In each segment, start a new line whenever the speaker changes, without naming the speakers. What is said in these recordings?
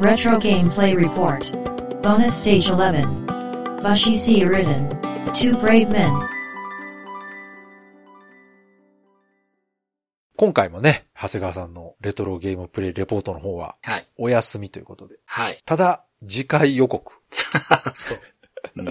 Retro Gameplay Report. Bonus Stage 11. Bashi Iriden. Two Brave Men.
今回もね、長谷川さんのレトロゲームプレイレポートの方は
はい。
お休みということで。
はい。
ただ、次回予告。
そう。うん、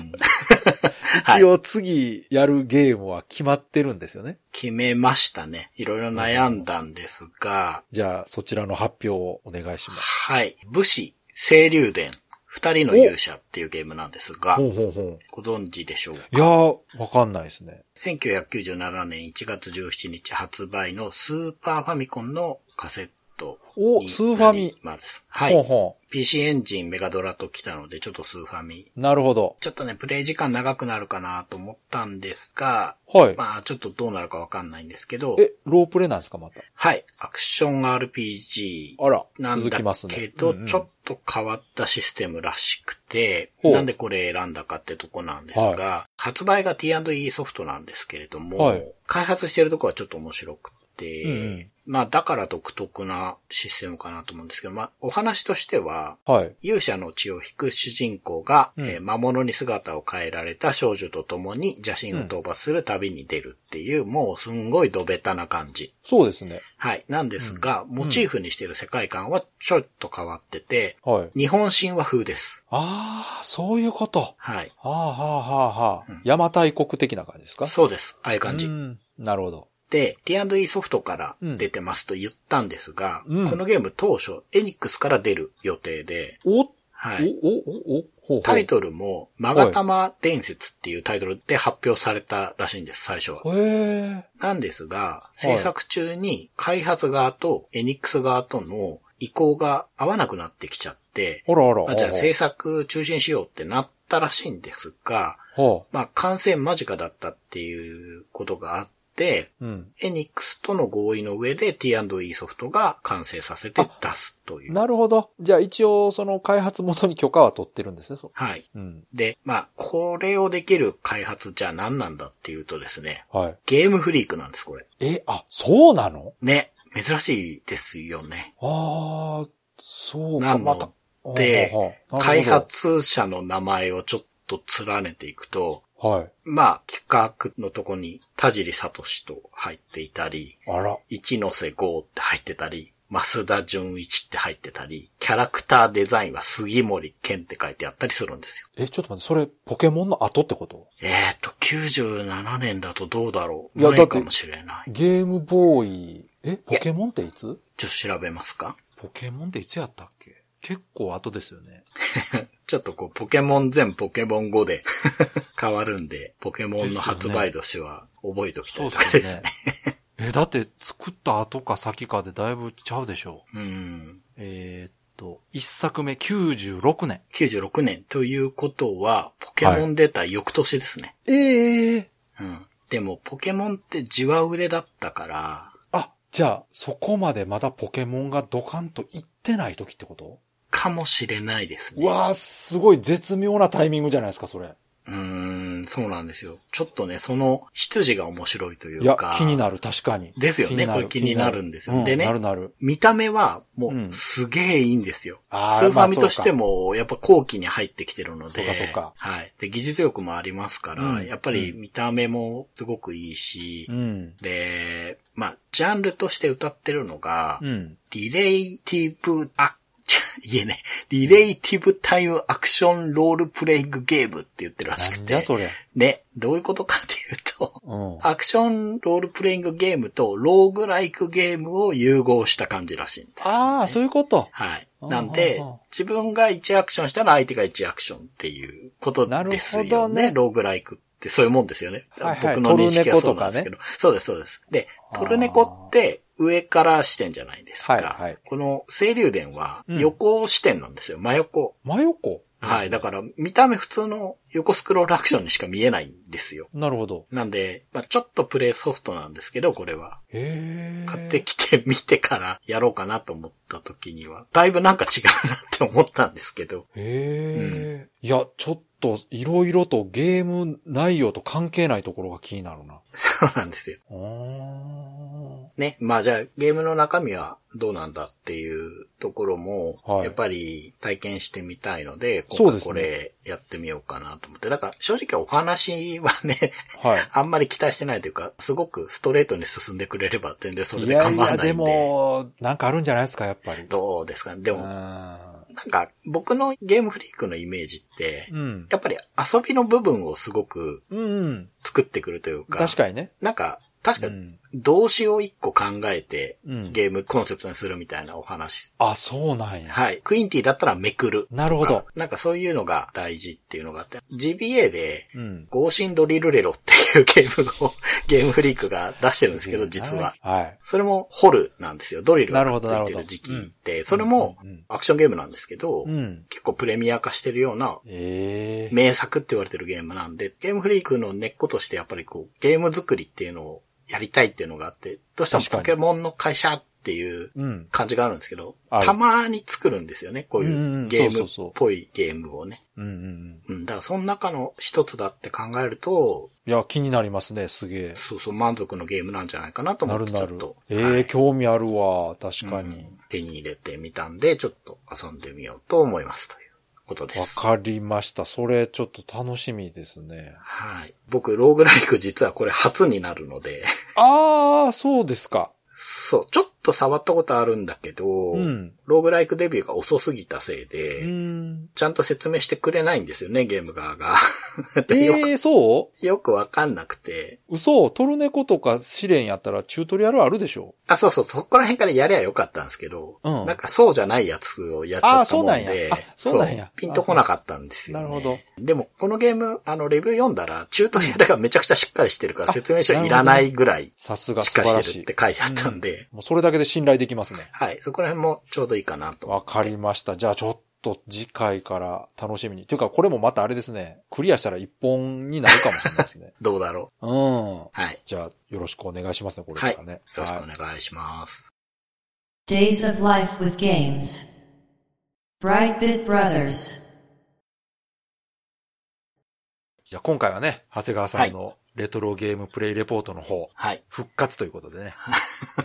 はい
一応次やるゲームは決まってるんですよね。
決めましたね。いろいろ悩んだんですが、
じゃあ、そちらの発表をお願いします。
はい。武士、清流伝、二人の勇者っていうゲームなんですが、
ほうほうほう。
ご存知でしょうか
いやー、わかんないですね。
1997年1月17日発売のスーパーファミコンのカセットになり
お、
ます。
スーファミ。
は
ほう
い。
ほ
PC エンジンメガドラと来たので、ちょっとスーファミ。
う。なるほど。
ちょっとね、プレイ時間長くなるかなと思ったんですが、
はい。
まあ、ちょっとどうなるかわかんないんですけど、
え、ロープレイなんですか、また。
はい。アクション RPG
あら、
なん
続
だ
きますね。
けど、
うんうん
ちょっと変わったシステムらしくて、
ほう
なんでこれ選んだかってとこなんですが、
は
発売が T&E ソフトなんですけれども、
はい
開発してるとこはちょっと面白くて、
うんうん
まあだから独特なシステムかなと思うんですけど、まあお話としては、
はい。
勇者の血を引く主人公が、
うん
えー魔物に姿を変えられた少女と共に邪神を討伐する旅に出るっていう、もうすんごいドベタな感じ。
そうですね。
はい。なんですが、モチーフにしてる世界観はちょっと変わってて、
はい。
日本神話風です。
あー、そういうこと。
はい。
はあ、はあはあはあ
うん
邪馬台国的な感じですか
そうです。ああいう感じ
う。んなるほど。
で、T&E ソフトから出てますと言ったんですが、
うん
このゲーム当初、エニックスから出る予定で、
お、お、
はい。
お、お、お、ほうほう。
タイトルも、マガタマ伝説っていうタイトルで発表されたらしいんです、最初は。
へえ。
なんですが、
はい
制作中に開発側とエニックス側との意向が合わなくなってきちゃって、
あらあら。
あじゃあ
ほうほう
制作中心しようってなったらしいんですが、
ほ
まあ完成間近だったっていうことがあって、
う。うん。
エニックスとの合意の上で T&E ソフトが完成させて出すという。
なるほど。じゃあ一応、その開発元に許可は取ってるんですね、そう。
はい。
うん。
で、まあ、これをできる開発じゃあ何なんだっていうとですね、
はい。
ゲームフリークなんです、これ。
え、あ、そうなの
ね。珍しいですよね。
ああ、そう
な
か、
の
また。
で
ほうほうほう
開。発者の名前をちょっと連ねていくと、
なるほどはい。
まあ、企画のとこに田尻聡と入っていたり、
あら。
一ノ瀬剛って入ってたり、増田純一って入ってたり、キャラクターデザインは杉森健って書いてあったりするんですよ。
え、ちょっと待って、それ、ポケモンの後ってこと
えっ、ー、と、97年だとどうだろう
いや
前かもしれない。
ゲームボーイ、え、ポケモンっていつ
ちょっと調べますか
ポケモンっていつやったっけ結構後ですよね。
ちょっとこう、ポケモン全ポケモン5で 変わるんで、ポケモンの発売年は覚えておきた
そう
い
っ
とこ
す
で
よ
すね
ね。。え、だって作った後か先かでだいぶちゃうでしょう。
うん。
えーっと、一作目96年。
96年ということは、ポケモン出た翌年ですね。
ええ
うん。でも、ポケモンってじわ売れだったから、
あ、じゃあ、そこまでまだポケモンがドカンと行ってない時ってこと
かもしれないですね。
うわー、すごい絶妙なタイミングじゃないですか、それ。
うーん、そうなんですよ。ちょっとね、その、執事が面白いとい
いうや
か。、
気になる、確かに。
ですよね
気になる
これ気になるんですよ
う
でね
なるなる。
見た目は、も
うん
う、すげえいいんですよ。
あー
スーファミとして
ま
も、やっぱ後期に入ってきてるので。
そうかそうか
はい。で、技術力もありますから、
うん
やっぱり見た目もすごくいいし、
あそうかうん。
で、まあ、ジャンルとして歌ってるのが、
うん。
リレイティブ、あ、ちょいえね、リレイティブタイムアクションロールプレイングゲームって言ってるらしく
なんじ
て
ゃ、それ。
ね、どういうことかっていうと、
うん。
アクションロールプレイングゲームとローグライクゲームを融合した感じらしいんです。
ああ、そういうこと。
はい。
あー
なんで
あーあー、
自分が1アクションしたら相手が1アクションっていうことですよ
なる
ね。
ほどね
ローグライクってそういうもんですよね。
はいはい
僕の認識はそうなんですけど。そうです、そうです。で、トルネコって上から視点じゃないですか。
はいはい
この清流伝は
うん
横視点なんですよ。真横。
真横
はい。だから、見た目普通の横スクロールアクションにしか見えないんですよ。
なるほど。
なんで、まあちょっとプレイソフトなんですけど、これは。
へえ。
買ってきて見てからやろうかなと思った時には、だいぶなんか違うなって思ったんですけど。
へえ、いや、ちょっといろいろとゲーム内容と関係ないところが気になるな。
そうなんですよ。
あー
ね。まあじゃあゲームの中身はどうなんだっていうところも、
はい
やっぱり体験してみたいので、
そうで
今回
すね
これやってみようかなと思って。だから正直お話はね、
はい。
あんまり期待してないというか、すごくストレートに進んでくれれば全然それ
い
で
や
構
い
わないんで。
や、でも、なんかあるんじゃないですか、やっぱり。
どうですかね。で
うん
も、なんか僕のゲームフリークのイメージって、
うん。
やっぱり遊びの部分をすごく
うん。
作ってくるというか、
確かにね。
なんか、確か
うん
動詞を一個考えて、
うん。
ゲームコンセプトにするみたいなお話。
あ、そうなんや。
はい。クインティだったらめくる。
なるほど。
なんかそういうのが大事っていうのがあって、GBA で、
うん。
ゴーシンドリルレロっていうゲームを、 ゲームフリークが出してるんですけど、
すげえな
実は。。
はい。
それも掘るなんですよ。ドリルが
なるほど
ついてる時期って、それも
うんうんうん
アクションゲームなんですけど、
うん。
結構プレミア化してるような
ええ。
名作って言われてるゲームなんで、ゲームフリークの根っことしてやっぱりこう、ゲーム作りっていうのをやりたいっていうのがあって、どうしても
確か
ポ
に
ケモンの会社っていう
うん。
感じがあるんですけど、
ある
たまに作るんですよね、こうい
んうんう
うんうゲー
そ
ム
うそうそう
っぽいゲームをね。
うんうんうん。
うん、だからその中の一つだって考えると、
いや、気になりますね、すげえ。
そうそう満足のゲームなんじゃないかなと
な
思っ
る
て、ち
な
ょ
る
っと。。
ええ
はい
興味あるわ。確かに。
うん手に入れてみたんで、ちょっと遊んでみようと思いますということで
わ
す。
かりました。それ、ちょっと楽しみですね。
はい。僕、ローグライク実はこれ初になるので、
ああ、そうですか。
そう、ちょっと触ったことあるんだけど、
うん。
ローグライクデビューが遅すぎたせいうで、
ん。
ちゃんと説明してくれないんですよね、ゲーム側が。
ええそ
よくわかんなくて。
う嘘トルネコとか試練やったらチュートリアルあるでしょ
あ、そうそう、そこら辺からやりゃよかったんですけど、
うん
なんかそうじゃないやつをやっちゃったもんで、
あそうなんやあそうなんや
ピンとこなかったんですよ、ね。
なるほど。
でも、このゲーム、あの、レビュー読んだら、チュートリアルがめちゃくちゃしっかりしてるから、説明書いらないぐらい
さすが
し
素
っか
晴
り
ら
し
してい。
るって書いてあったんで、
もうそれだけで信頼できますね。
はい、そこら辺もちょうどいいかなと。
わかりました。じゃあちょっと次回から楽しみに。というかこれもまたあれですね。クリアしたら一本になるかもしれないですね。
ど うだろ
うん。
う。はい。
じゃあよろしくお願いしますね、これからね。
よろしくお
はい
願いします。
Days of Life with Games. Brightbit Brothers.
じゃあ今回はね、長谷川さんのレトロゲームプレイレポートの方、
はい。
復活ということで ね、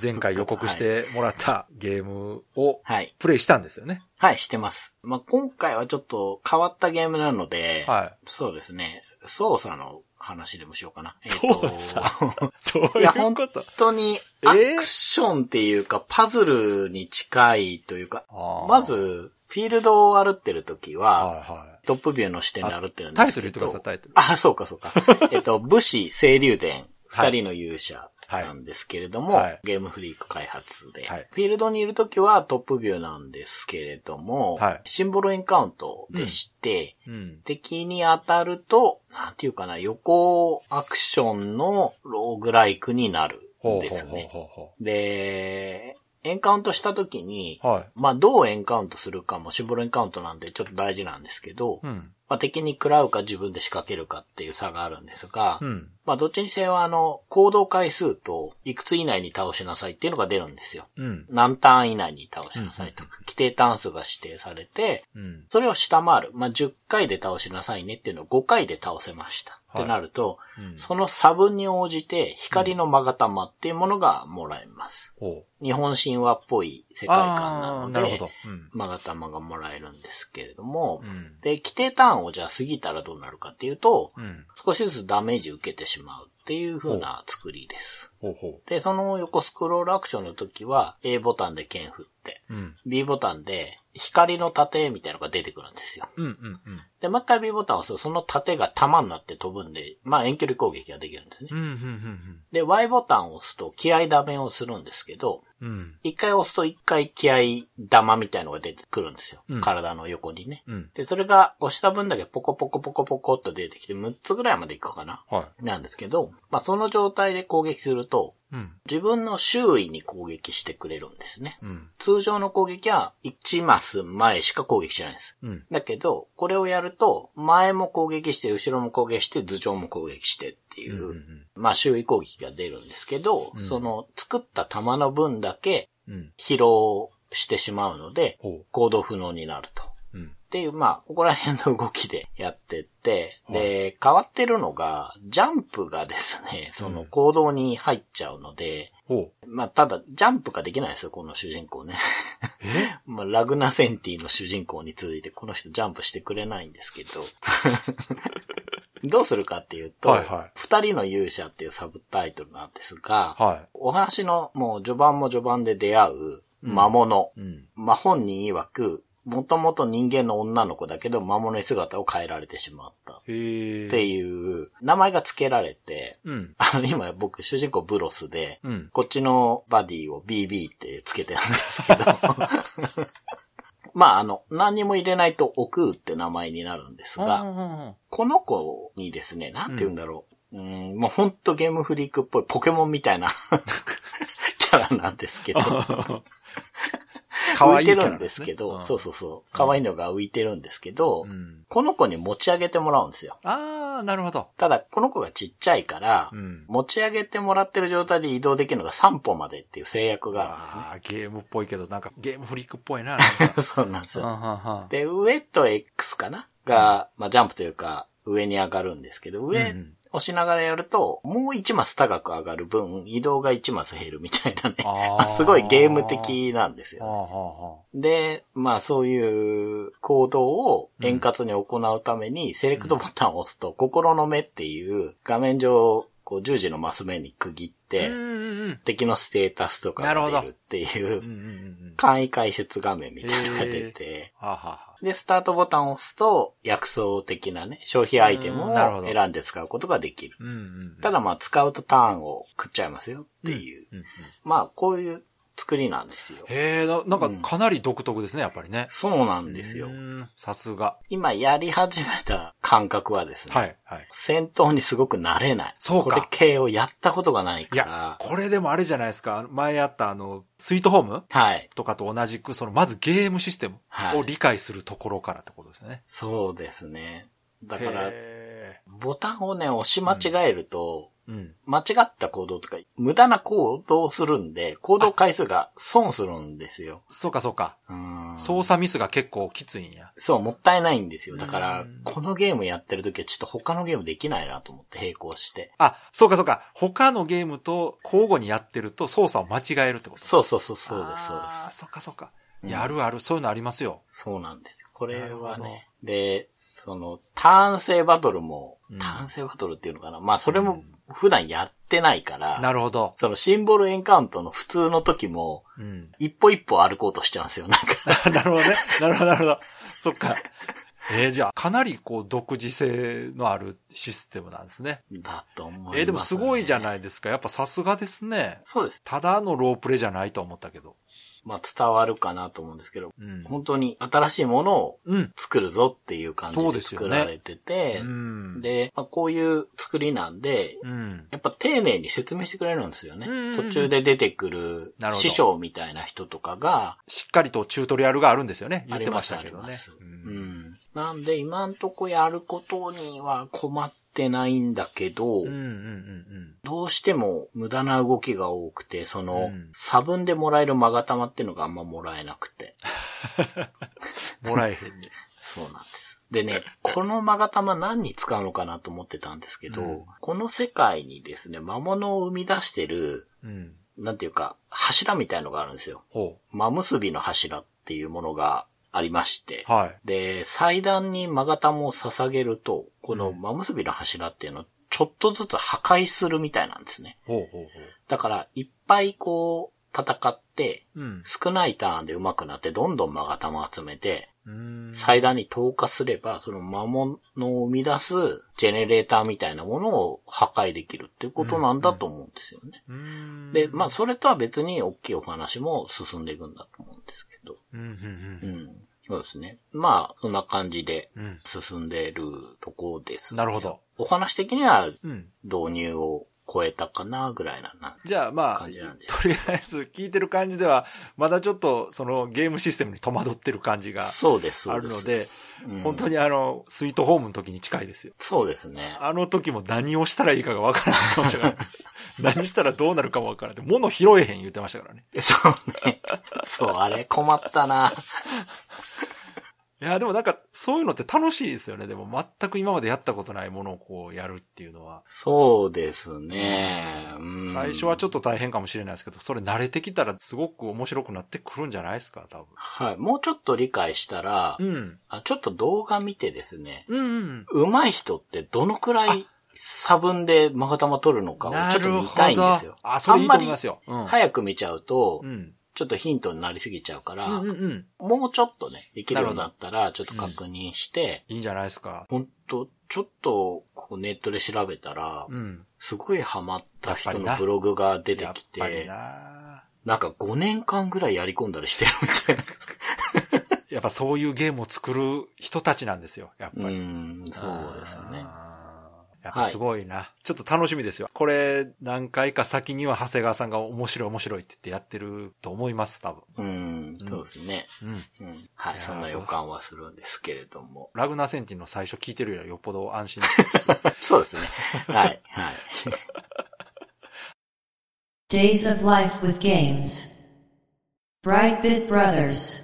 前回予告してもらったゲームを
はい。
プレイしたんですよね。
はい、してます。まあ、今回はちょっと変わったゲームなので、
は
そうですね、操作の話でもしようかな。
操作い。どうい
い
う
や
こと
本当に
え
ア
ー
クションっていうか、パズルに近いというか、
あー
ま、ず、フィールドを歩ってるときは、
はいは
トップビューの視点で歩ってるん
い。
ですけ
タイトル
ど。
言ってください、タイトル。
あ、そうかそ うか。えっと、武士、清流伝、
は
二
い
人の勇者なんですけれども、
はい
ゲームフリーク開発で、
はい
フィールドにいるときはトップビューなんですけれども、
はい
シンボルエンカウントでして、
うん。
敵に当たると、なんていうかな、横アクションのローグライクになるん
ほう
で
ほう
す
ほう
ね。
ほうほ
で、エンカウントしたときに
う。、はい。
まあどうエンカウントするかもシンボルエンカウントなんでちょっと大事なんですけど、
うん。
まあ、敵に食らうか自分で仕掛けるかっていう差があるんですが、
うん。
まあ、どっちにせよあの、行動回数と、いくつ以内に倒しなさいっていうのが出るんですよ。
うん。
何ターン以内に倒しなさいとか、規定単数が指定されて、
うん。
それを下回る。まあ、10回で倒しなさいねっていうのを5回で倒せました。
はい
ってなると、
うん
その差分に応じて、光の曲が玉っていうものがもらえます。
ほう。
日本神話っぽい世界観な
ああー、
の
な
で、
るほど。うん。
曲が玉がもらえるんですけれども、
うん。
で、規定ターンをじゃあ過ぎたらどうなるかっていうと、
うん。
少しずつダメージ受けてしまうっていう風な作りです。
ほうほ
で、その横スクロールアクションの時は A ボタンで剣振って、
う。うん。
B ボタンで光の盾みたいなのが出てくるんですよ。
うんうんうん。
で、もう一回 B ボタンを押すとその盾が弾になって飛ぶんで、まあ遠距離攻撃ができるんですね
う。んうん
で、Y ボタンを押すと気合ダメをするんですけ
うんう
ど、
ん。うん。
一回押すと一回気合玉みたいのが出てくるんですよ。
うん
体の横にね。
うん。
で、それが押した分だけポコポコポコポコっと出てきて、6つぐらいまでいくかな
は
なんですけど、まあその状態で攻撃すると、
い。うん。
自分の周囲に攻撃してくれるんですね。
うん。
通常の攻撃は1マス前しか攻撃しないんです。
うん。
だけど、これをやると、前も攻撃して、後ろも攻撃して、頭上も攻撃してっていうう、
ん。
まあ周囲攻撃が出るんですけど、
うん
その作った弾の分だけ
うん。
疲労してしまうので、
ほ
行動不能になると。
う。うん。
っていう、まあ、ここら辺の動きでやってって、で、変わってるのが、ジャンプがですね、その行動に入っちゃうので、
ほう。
まあ、ただ、ジャンプができないですよ、この主人公ね。
え
まあ、ラグナセンティの主人公に続いて、この人ジャンプしてくれないんです けど。どうするかっていうと、
はいはい
二人の勇者っていうサブタイトルなんですが、
は
お話のもう序盤も序盤で出会う魔物。
い。うん。
まあ、本人曰く、もともと人間の女の子だけど魔物に姿を変えられてしまった。っ
へえ。
ていう、名前が付けられて、
うん。
あの、今僕主人公ブロスで、
うん。
こっちのバディを BB ってつけてるんですけど。まあ、あの、何にも入れないと奥って名前になるんです
うん
が、
うんうん
この子にですね、なんて言うんだろう。うん、もうほんとゲームフリークっぽいポケモンみたいな キャラなんですけど。
可愛いキャ
浮いて
ラ
るんですけど、
ね
そうそうそう。可愛いのが浮いてるんですけど、
うん。
この子に持ち上げてもらうんですよ。
あー、なるほど。
ただ、この子がちっちゃいから、
うん。
持ち上げてもらってる状態で移動できるのが3歩までっていう制約があるんですね。
あー、ゲームっぽいけど、なんかゲームフリークっぽいな。なんか
そうなんです
うんう
よ。
んうん
で、上と X かなが、まあ、ジャンプというか、上に上がるんですけど、上
うん うん
押しながらやると、もう1マス高く上がる分、移動が1マス減るみたいなね。
あー
すごいゲーム的なんです
は
よ。
あはあはあ
で、まあそういう行動を円滑に行うために、セレクトボタンを押すと、心の目っていう画面上、こう十字のマス目に区切って、
うんうんうん。
敵のステータスとか
なるほど
が出るってい
うんうん
う、
うん
簡易解説画面みたいなのが出て、
はあはあはあ
で、スタートボタンを押すと、薬草的なね、消費アイテム
うんなるほ
を
ど
選んで使うことができる。
うんうん。
ただまあ使うとターンを食っちゃいますよっていう。
うんうん。
まあこういう作りなんですよ。
へえ、ななんか
うん
かなり独特ですね、やっぱりね。
そうなんですよ
う。ん。さすが。
今やり始めた感覚はですね、
はい、はい。
戦闘にすごく慣れない。
そうか
これ系をやったことがない
い
か
や
ら、、
これでもあれじゃないですか。前あったあの、スイートホーム
はい。
とかと同じく、その、まずゲームシステム
はい
を理解するところからってことですね。
そうですね。だから、
へ
ボタンをね、押し間違えると、
ーうん。
間違った行動とか、無駄な行動をするんで、行動回数が損するんですよ。
そうか、そうか。
うん
操作ミスが結構きついんや。
そう、もったいないんですよ。だから
うん、
このゲームやってる時はちょっと他のゲームできないなと思って並行して。
あ、そうか、そうか。他のゲームと交互にやってると操作を間違えるってこと
そうそうそう、そうです、そうです
あ。ーそっか、そっか。
うん
いや、あるある。そういうのありますよ。
そうなんですよ。これ
な
は
るほ
ね。で、その、単性バトルも
うん、
単性バトルっていうのかな。まあ、それも普段やってないから、
なるほど。
そのシンボルエンカウントの普通の時も、
うん。
一歩一歩歩こうとしちゃうんですよ。なんか、
あ なるほどね。なるほど、なるほど。そっか。えーじゃあ、かなりこう、独自性のあるシステムなんですね。
だと思います、。
えーでもすごいじゃないいですか。やっぱさすがですね。
そうです。
ただのロープレじゃないと思ったけど。
まあ、伝わるかなと思うんですけど、
うん。
本当に新しいものを
うん。
作るぞっていう感じ
そう
で
ですよ
作
ね
られてて、
うん。
で、まあ、こういう作りなんで、
うん。
やっぱ丁寧に説明してくれるんですよね。
うんうんうん
途中で出てくる
なるほど
師匠みたいな人とかが、
しっかりとチュートリアルがあるんですよね。言ってましたけど
あり
ね
ますあ。
う
りますうんん。なんで今んとこやることには困ってないんだけど、
うんうんうん
どうしても無駄な動きが多くて、そ
う
の、
ん
差分でもらえるマガタマっていうのがあんまもらえなくて。
うん。 もらえへんね。
そうなんです。でね、このマガタマ何に使うのかなと思ってたんですけど、
うん
この世界にですね、魔物を生み出してる、
うん。
なんていうか、柱みたいのがあるんですよ。
ほ
マ結びの柱っていうものがありまして
う。、はい。
で、祭壇にマガタマを捧げると、このマ結びの柱っていうのをちょっとずつ破壊するみたいなんですね。
ほうほうほ
だから、いっぱいこう、戦って、
う。うん。
少ないターンで上手くなって、どんどんマガタマを集めて、
うん。
祭壇に投下すれば、その魔物を生み出すジェネレーターみたいなものを破壊できるっていうことなんだと思うんですよね。
うん
で、まあ、それとは別に大きいお話も進んでいくんだと思うんですけど。
うんうん
うん。そうですね。まあ、そんな感じで
うん。う
進んでるとこです、
ん。なるほど。
お話的には
うん。
導入を超えたかなぐらいなな
じゃあまあ、
感じなんで。
とりあえず聞いてる感じでは、まだちょっとそのゲームシステムに戸惑ってる感じが
そうです、そ
あ
う
る
です。
ので、
うん
本当にあの、スイートホームの時に近いですよ。
そうですね。
あの時も何をしたらいいかがわからなかっ たから、何したらどうなるかもわからない。物拾えへん言ってましたからね。
そうね。そう、あれ困ったな。
いや、でもなんか、そういうのって楽しいですよね。でも、全く今までやったことないものをこう、やるっていうのは。
そうですね。うん
最初はちょっと大変かもしれないですけど、それ慣れてきたらすごく面白くなってくるんじゃないですか、多
はい。もうちょっと理解したら、
分。うん。
あちょっと動画見てですね、
うんうん。
上手い人ってどのくらい差分で勾玉取るのかをちょっと見たいんですよ。
あ、それいいと思い
あん
ま
まり
すよ。うん。い。
早く見ちゃうと
う、ん。
ちょっとヒントになりすぎちゃうから、
うんうんうん。
もうちょっとね、できるようになったら、ちょっと確認して、
いいんじゃないですか。
ほんと、ちょっと、こうネットで調べたら、
うん。
すごいハマった人
やっぱり
の
な
ブログが出て
やっ
き
ぱり
て、
な
なんか5年間ぐらいやり込んだりしてるみ たいな。
やっぱそういうゲームを作る人たちなんですよ、やっぱ
う
り。
ん、そうですね。
あー。やっぱすごいな、ちょっと楽しみですよ。これ、何回か先には長谷川さんが面白い面白いって言ってやってると思います、多分。
うん、そうですね。
うん。
うん。はいい、
やー
そんな予感はするんですけれども。
ラグナーセンティンの最初聞いてるよりはよっぽど安心。
そうですね。はい、はい。
Days of Life with Games. Brightbit Brothers.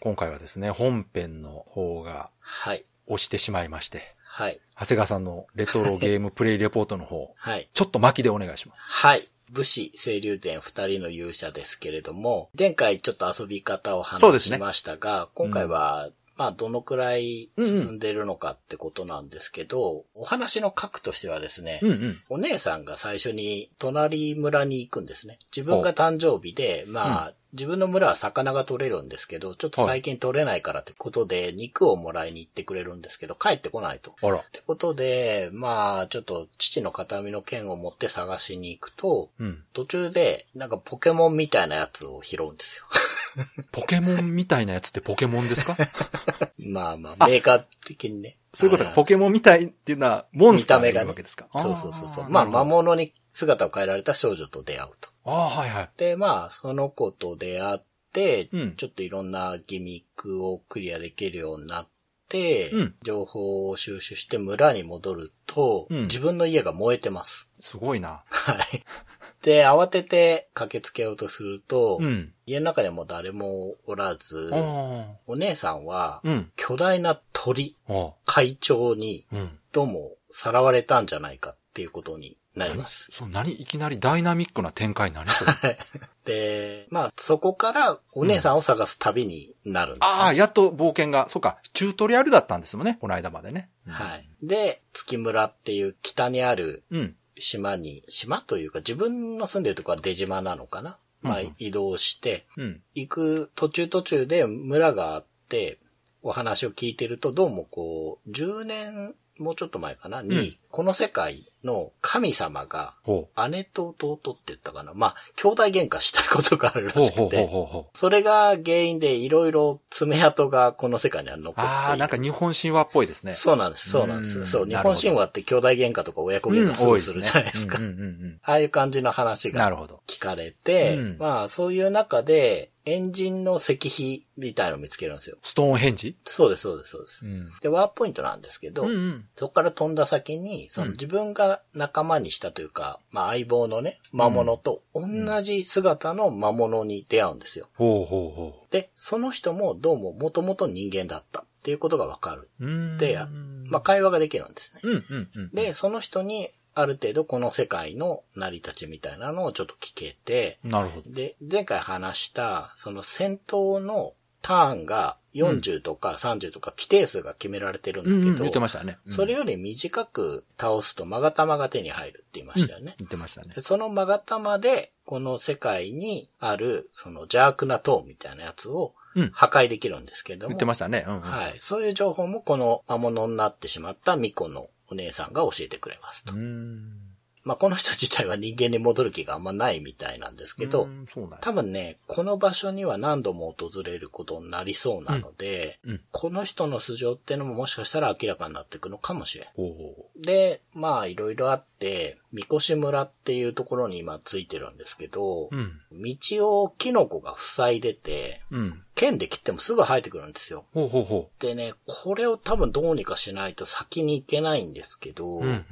今回はですね、本編の方が
はい、
押してしまいまして、
はい、
長谷川さんのレトロゲームプレイレポートの方、
はい。
ちょっと巻きでお願いします。
はい。武士、清流伝二人の勇者ですけれども、前回ちょっと遊び方を
そうで
話
す
し
ね
ましたが、今回は、まあ、どのくらい進んでるのかってことなんですけど、お話の核としてはですね、
うんうん。
お姉さんが最初に隣村に行くんですね。自分が誕生日で、まあ、自分の村は魚が取れるんですけど、ちょっと最近取れないからってことで、肉をもらいに行ってくれるんですけど、帰ってこないと。っ
あら。
てことで、まあ、ちょっと父の形見の剣を持って探しに行くと、
うん。
途中で、なんかポケモンみたいなやつを拾うんですよ。
ポケモンみたいなやつってポケモンですか
まあまあ、メーカー的にね。
そういうこと
は
か。ポケモンみたいっていうのは、モンスターがい
見た目が
る
ね
わけですか。
そうそうそうそう。
あー
ま
な
あ、
るほど
魔物に姿を変えられた少女と出会うと。
ああー、はいはい。
で、まあ、その子と出会って、
うん
ちょっといろんなギミックをクリアできるようになって、
うん
情報を収集して村に戻ると、
うん
自分の家が燃えてます。
すごいな。
はい。で、慌てて駆けつけようとすると、
うん。
家の中にはもう誰もおらず、
ああ。
お姉さんは、
うん。
巨大な鳥、
あ
会長に、
あ。うん。
どうも、さらわれたんじゃないかっていうことになります。
そう、何いきなりダイナミックな展開何それ
で、まあ、そこからお姉さんを探す旅になるんです、ね
ああ、やっと冒険が、そうか、チュートリアルだったんですもんね、この間までね。
はい。で、月村っていう北にある
うん。
島に、島というか自分の住んでるとこは出島なのかなまあ
うんうん
移動して、
うん。
行く途中途中で村があって、お話を聞いてるとどうもこう、10年もうちょっと前かなに、
うん
この世界の神様が
ほ
姉と弟って言ったかなまあ、兄弟喧嘩したことがある
う。
ら
ほう
し
ほ
く
うほう
て、
ほうほう。
それが原因でいろいろ爪痕がこの世界には残っている。
ああ、なんか日本神話っぽいですね。
そうなんです、そうなんで
うん
す。そう、日
なるほ
本
ど
神話って兄弟喧嘩とか親子喧嘩す
多
ぐ
い
す
で
る
ね
じゃないですか。
うんうんうん
ああいう感じの話
うん。な
が
るほど。
聞かれて、
うん
まあそういう中で、エンジンの石碑みたいのを見つけるんですよ。
ストーンヘンジ
そうです、そうです、そうです。
ん。
で、ワープポイントなんですけど、
うんうん。
そこから飛んだ先に、その自分が仲間にしたというか、まあ相棒のね、魔物と同じ姿の魔物に出会うんですよ。
ほうほうほ
で、その人もどうも元々人間だったっていうことがわかる。
う。うん。
で
うん
まあ会話ができるんですね。
うんうんうん。
で、その人にある程度この世界の成り立ちみたいなのをちょっと聞けて、
なるほど。
で、前回話した、その戦闘のターンが40とか30とか規定数が決められてる
うん
んだ
う
け
ん、
ど、
言ってましたね。うん
それより短く倒すとマガタマが手に入るって言いましたよね。
言ってましたね
で。そのマガタマで、この世界にある、その邪悪な塔みたいなやつを
うん
破壊できるんですけ
言
ども、
ってましたね。うんうん。
はい。そういう情報もこの魔物になってしまった巫女のお姉さんが教えてくれますと。
うん。
まあ、この人自体は人間に戻る気があんまないみたいなんですけど、
うん、そうなんや
多分ね、この場所には何度も訪れることになりそうなので、
うんうん
この人の素性ってのももしかしたら明らかになってくのかもしれん。
ほうほ
で、まあいろいろあって、三越村っていうところに今ついてるんですけど、
う。うん。
道をキノコが塞いでて、
うん。
剣で切ってもすぐ生えてくるんですよ。
ほうほうほ
でね、これを多分どうにかしないと先に行けないんですけど、
う。うんうんうん。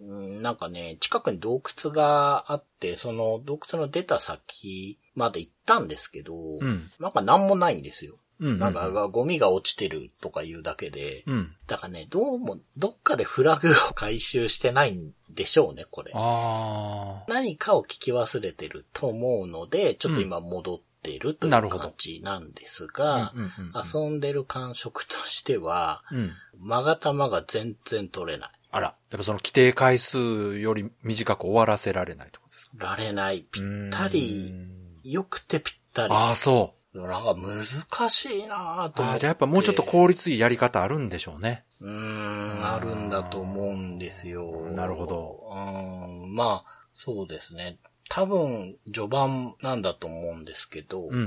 うんなんかね、近くに洞窟があって、その洞窟の出た先まで行ったんですけど、
うん。
なんかなんもないんですよ。
うん。
なんか、ゴミが落ちてるとか言うだけで、
うん。
だからね、どうも、どっかでフラグを回収してないんでしょうね、これ。
あ
何かを聞き忘れてると思うので、ちょっと今戻ってるという
なるほど
感じなんです
あ
が。、
うんうんうん
遊んでる感触としては、
うん。
まがたまが全然取れない。
あら、やっぱその規定回数より短く終わらせられないってことですから
れない。ぴった
う
り、
ん
良くてぴったり。
ああ、そう。
なんか難しいなぁと思
ああ、
って。
じゃあやっぱもうちょっと効率いいやり方あるんでしょうね。
うーん、あるんだと思うんですよ。
なるほど。
うーん、まあ、そうですね。多分、序盤なんだと思うんですけど、
うんうんうん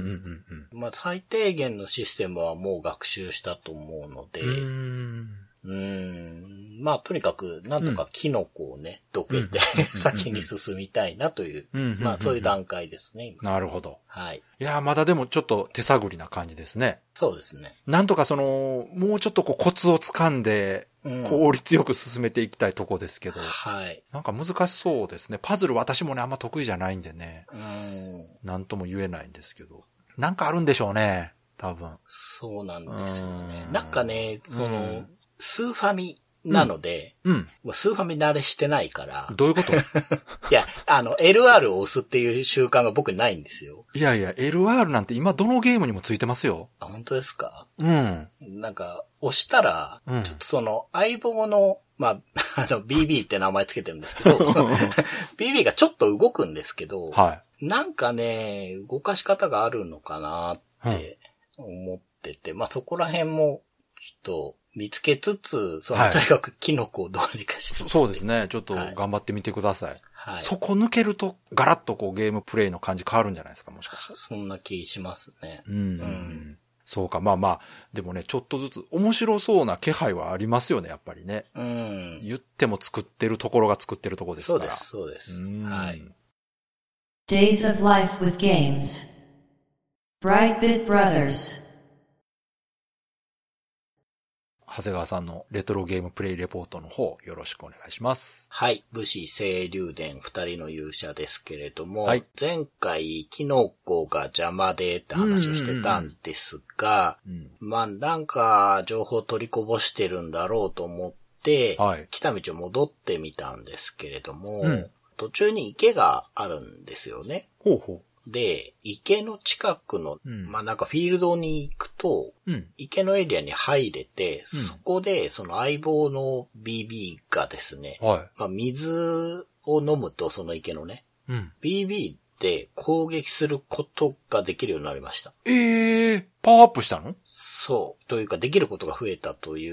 うん。
まあ、最低限のシステムはもう学習したと思うので、
う
う
ーん
ーん、まあ、とにかく、なんとかキノコをね、どけて、先に進みたいなという、
うんうんうんうん
まあ、そういう段階ですね、今。
なるほど。
はい。
いやー、まだでもちょっと手探りな感じですね。
そうですね。
なんとかその、もうちょっとこうコツをつかんで、
うん
効率よく進めていきたいとこですけど、
はい。
なんか難しそうですね。パズル私もね、あんま得意じゃないんでね、
うーん、
なんとも言えないんですけど、なんかあるんでしょうね、多分。
そうなんですよね
う。ん
なんかね、そうの
ん、
スーファミなので、
うん。
もうスーファミ慣れしてないから、
どういうこと
いや、あの、LR を押すっていう習慣が僕ないんですよ。
いやいや、LR なんて今どのゲームにもついてますよ。
あ、本当ですか
うん。
なんか、押したら、
うん
ちょっとその、相棒の、まあ、 あの、BB って名前つけてるんですけ ど、BB がちょっと動くんですけど、
は
なんかね、動かし方があるのかなって思ってて、まあそこら辺も、ちょっと見つけつつ、その、
はい
とにかくキノコをどうにかし
い。
つ
そ
つ。
そうです。ね。ちょっと
はい
頑張ってみてください。
はい。
そ
そ
こ抜けると、ガラッとこうゲームプレイの感じ変わるんじゃないですか、もしかして。
んな気しますね。
うんうんう
うん
ん。そうか、まあまあ、でもね、ちょっとずつ面白そうな気配はありますよね、やっぱりね。
うん。
言っても作ってるところが作ってるところです
そう
から。
です、そうです。
うん
はい。
Days of Life with Games. Brightbit Brothers.
長谷川さんのレトロゲームプレイレポートの方、よろしくお願いします。
はい。武士清流伝二人の勇者ですけれども、
はい
前回、キノコが邪魔でって話をしてたんですが、
うん。
まあ、なんか、情報取りこぼしてるんだろうと思って、
はい
来た道を戻ってみたんですけれども、
うん
途中に池があるんですよね。
ほうほ
で、池の近くの、
うん
まあ、なんかフィールドに行くと、
う。うん。
池のエリアに入れて、
うん
そこで、その相棒の BB がですね、
は
まあ、水を飲むと、その池のね、
い。うん。
BB って攻撃することができるようになりました。
ええー、パワーアップしたの
そう。というか、できることが増えたとい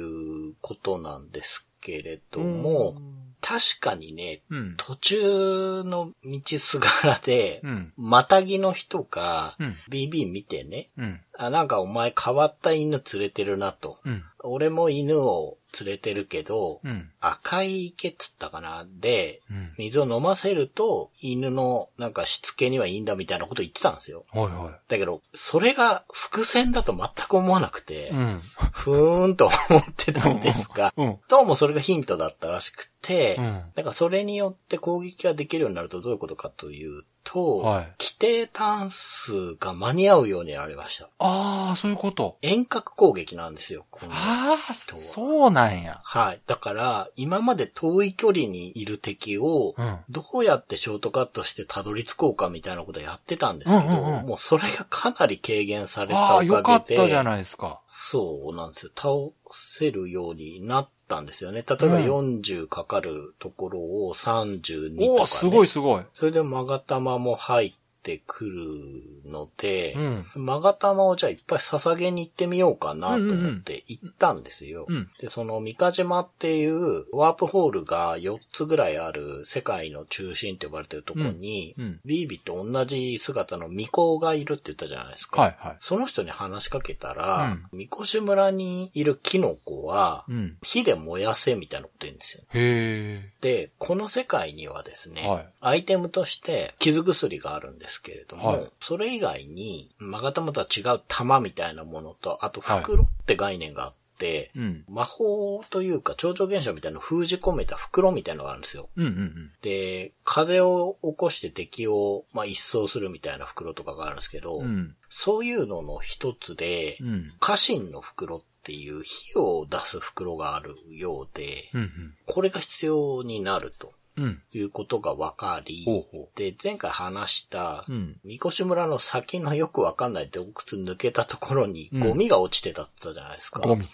うことなんですけれども、確かにね、
うん。
途中の道すがらで
う、ん。
またぎの人が
うん。
BB 見てね、
うん。
あ、なんかお前変わった犬連れてるなと。
うん。
俺も犬を連れてるけど、
うん。
赤い池っつったかなで、
うん。
水を飲ませると犬のなんかしつけにはいいんだみたいなこと言ってたんですよ。
はいは
だけど、それが伏線だと全く思わなくて、
い。うん。
ふーんと思ってたんですが、
うん。
どうもそれがヒントだったらしくて、
うん。
だからそれによって攻撃ができるようになるとどういうことかというと、
はい
規定単数が間に合うようになりました。
ああ、そういうこと。
遠隔攻撃なんですよ。この
ああ、そうなんや。
はい。だから、今まで遠い距離にいる敵を
う、ん。
どうやってショートカットしてたどり着こうかみたいなことやってたんですけど、
うんうんうん
もうそれがかなり軽減された
あ
おか
あ、
げで。
よかったじゃないですか。
そうなんですよ。倒せるようになったんですよね。例えば40かかるところを32とか、ね
おお、すごいすごい。
それでマガタマも入ってくるので
う、ん。
マガタマをじゃあいっぱい捧げに行ってみようかなと思って行ったんですよ。
うん。
で、その三日島っていうワープホールが4つぐらいある世界の中心って呼ばれてるところに、
うんうん
ビービーと同じ姿の巫女がいるって言ったじゃないですか。
はいはい。
その人に話しかけたら、みこし村にいるキノコは、
うん。
火で燃やせみたいなこと言うんですよ。
へ
で、この世界にはですね、
はい
アイテムとして傷薬があるんですけれども、
はい
それ以外に、マガタマとは違う玉みたいなものと、あと袋って概念があっって、
うん。
魔法というか、超常現象みたいなのを封じ込めた袋みたいなのがあるんですよ。
うんうんうん。
で、風を起こして敵を、まあ、一掃するみたいな袋とかがあるんですけど、
うん。
そういうのの一つで、
うん。
家臣の袋っていう火を出す袋があるようで、
うん。
これが必要になると
うん。
いうことが分かり、
ほうほ
で、前回話した
う。う、ん。
三越村の先のよくわかんない洞窟抜けたところに
うん
ゴミが落ちてたって言ったじゃないですか。
ゴミ。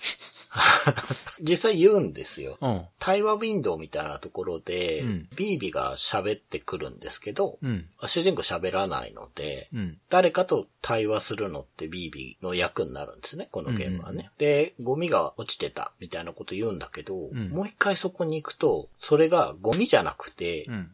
実際言うんですよ。
うん。
対話ウィンドウみたいなところで、
うん
ビービが喋ってくるんですけど、
うん。
主人公喋らないので、
うん。
誰かと対話するのってビービーの役になるんですね、このゲームはね。で、ゴミが落ちてたみたいなこと言うんだけど、
ん
もう一回そこに行くと、それがゴミじゃ
うん
なくて、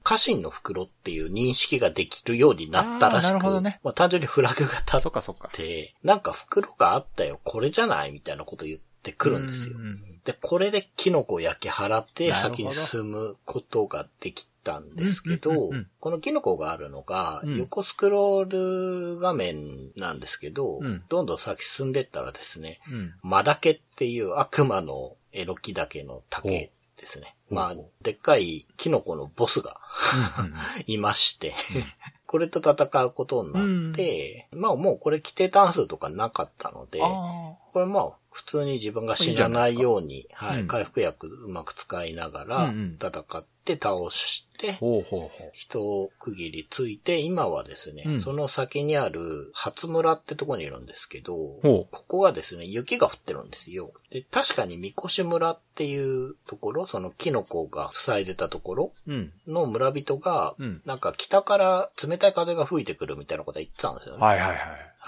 家臣の袋っていう認識ができるようになったらし
あーな
く、
るほどね
まあ、単純にフラグが立っ
そっかそっか。
て、なんか袋があったよ、これじゃないみたいなこと言ってくるんですよ。
うんうん
で、これでキノコを焼き払って
なるほど
先に進むことができたんですけ
うんうん
ど
うんうん、
このキノコがあるのが、
うん
横スクロール画面なんですけど、
うん
どんどん先進んでったらですね、
うん。
マダケっていう悪魔のエロキダケの竹ですね。
ほう
まあ
ほうほ、
でっかいキノコのボスが いまして、これと戦うことになって、まあもうこれ規定単数とかなかったので、
あ
これまあ、普通に自分が死なないように、は
う
い、
ん
回復薬うまく使いなが
う
ら
ん、
戦って倒して、
ほうほうほう。
人を区切りついて、今はですね、
うん
その先にある初村ってとこにいるんですけど、
ほ
ここがですね、雪が降ってるんですよ。で、確かに三越村っていうところ、そのキノコが塞いでたところ
う。うん。
の村人が、
うん
なんか北から冷たい風が吹いてくるみたいなことは言ってたんですよね。
はいはいはい。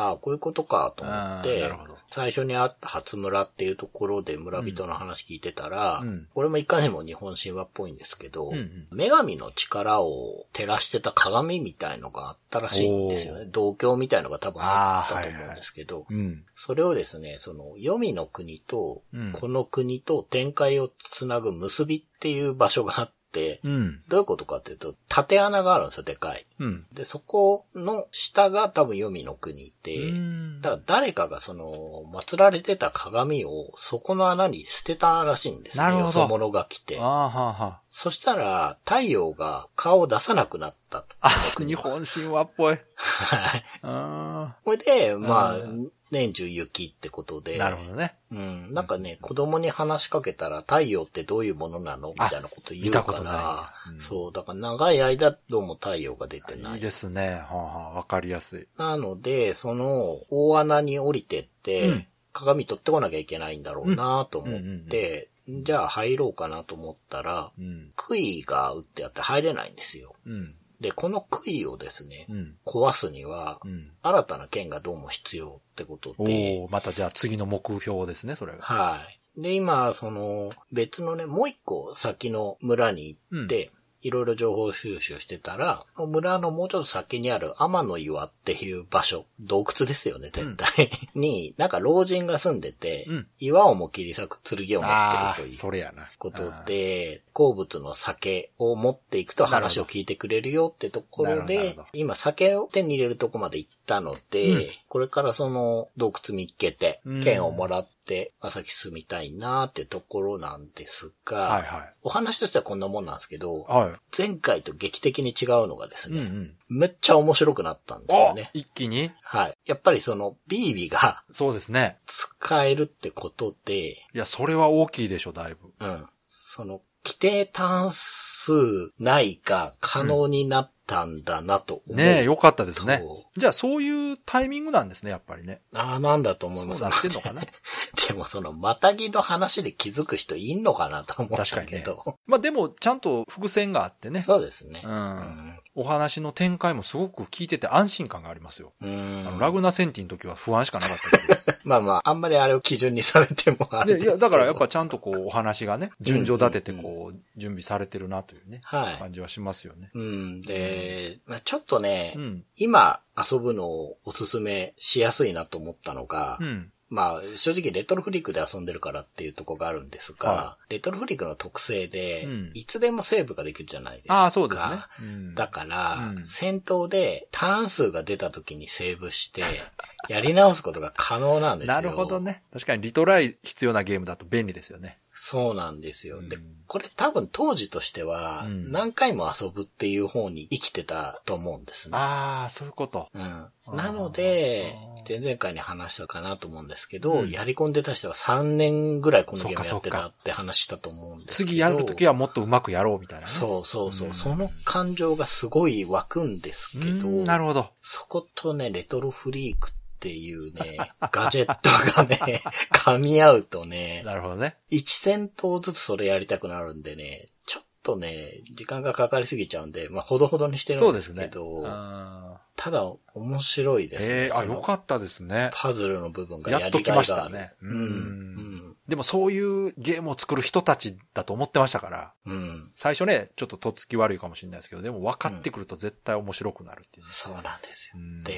ああ、こういうことかと思って
ああなるほど、
最初にあった初村っていうところで村人の話聞いてたら、
うんうん
これもいかにも日本神話っぽいんですけど、
うんうん
女神の力を照らしてた鏡みたいのがあったらしいんですよね。同郷みたいのが多分あったと思うんですけど、
うん。
それをですね、その、黄泉の国と
うん、
この国と展開をつなぐ結びっていう場所があって、
うん。
どういうことかっていうと、縦穴があるんですよ、でかい。
うん。
で、そこの下が多分黄泉の国で、
うん
だから誰かがその、祀られてた鏡をそこの穴に捨てたらしいんですね。
なるほど
よそ者が来て
あ。あ、はあ、はあ。
そしたら、太陽が顔を出さなくなったと。
あ、日本神話っぽい。
はい。
あ
これで、まあ
う、
年中雪ってこと
あ。
で。
なるほどね。
うん。なんかね、子供に話しかけたら太陽ってどういうものなのみたいなこと言う
見たこと
か
な
ら、
いうん
そう、だから長い間どうも太陽が出てないい
い。ですね。はあ、はあ、わかりやすい。
なので、その大穴に降りてって、
うん
鏡取ってこなきゃいけないんだろうなと思って、じゃあ入ろうかなと思ったら、
うん。
杭が打ってあって入れないんですよ。
うん。
で、この杭をですね、
うん。
壊すには
う、ん。
新たな剣がどうも必要ってことで、
おおまたじゃあ次の目標ですね、それが。
はい。で、今、その、別のね、もう一個先の村に行って、いろいろ情報収集してたら、村のもうちょっと先にある天の岩っていう場所、洞窟ですよね、絶対。 に、なんか老人が住んでて、
うん
岩をも切り裂く剣を持っ
あ
て
あ、
るという
それやな。
ことで、好物の酒を持っていくと話を聞いてくれるよってところ
なるほ
で
どなるほど、
今酒を手に入れるとこまで行ったので、
うん
これからその洞窟見っけて
うん、
剣をもらって、朝日住みたいなーってところなんですが、
はいは
お話としてはこんなもんなんですけど、
い。は
前回と劇的に違うのがです
い。うんう
ね、
ん。
めっちゃ面白くなったんですよ
お
ね。
一気に
はい。やっぱりその、ビービが
そうですね。
使えるってことで、
いや、それは大きいでしょ、だいぶ。
うん。その、規定単数ないが可能になったんだなと思う。
ねえ、よかったですね
そ。
じゃあそういうタイミングなんですね、やっぱりね。
ああ、なんだと思い
そ
ま
う
す。
なってんのかな
でもその、またぎの話で気づく人いんのかなと思ったけど。
まあでも、ちゃんと伏線があってね。
そうですね
う。。
うんん。
お話の展開もすごく聞いてて安心感がありますよ。
う
あ
ん
の、ラグナセンティの時は不安しかなかったけど。
まあまあ、あんまりあれを基準にされてもあ
で、
れで
い
すけど
や、だからやっぱ、ちゃんとこう、お話がね、順序立てて
うん
こう、準備されてるなというね、
はい。
感じはしますよね。
うん。で、まあ、ちょっとね、
うん。
今遊ぶのをおすすめしやすいなと思ったのが、
うん。
まあ、正直レトロフリークで遊んでるからっていうところがあるんですが、
は
レトロフリークの特性で、
うん
いつでもセーブができるじゃないですか。
ああ、そうですね。うん
だから、
うん
戦闘でターン数が出た時にセーブして、 やり直すことが可能なんですよ。
なるほどね。確かにリトライ必要なゲームだと便利ですよね。
そうなんですよ。で
うん、
これ多分当時としては
う、ん
何回も遊ぶっていう方に生きてたと思うんですね。
ああ、そういうこと。
うん、なので
あ、ー
前々回に話したかなと思うんですけど、
うん
やり込んでた人は3年ぐらいこのゲームや
そ
っ
うか
て
そうか
たって話したと思うんですけど。
次やるときはもっとうまくやろうみたいな、ね。
そうそうそう、
うん
その感情がすごい湧くんですけ
う
ど、
んなるほど。
そことね、レトロフリークっていうね、 ガジェットがね、 噛み合うとね、
なるほどね。
一戦闘ずつそれやりたくなるんでね、ちょっとね、時間がかかりすぎちゃうんで、まあ、ほどほどにしてる
そうんで
ですすけ
ね。
ど、
うん
ただ、面白いですね。
ええ
そ
あ、
の
よかったですね。
パズルの部分がや
やっ
り
とき
がい
まし
があ
た
る。
ね。
うん。うん。
でもそういうゲームを作る人たちだと思ってましたから、
うん。
最初ね、ちょっととっつき悪いかもしれないですけど、でも分かってくると絶対面白くなるっていうね、
そうなんですよ。
うん
で、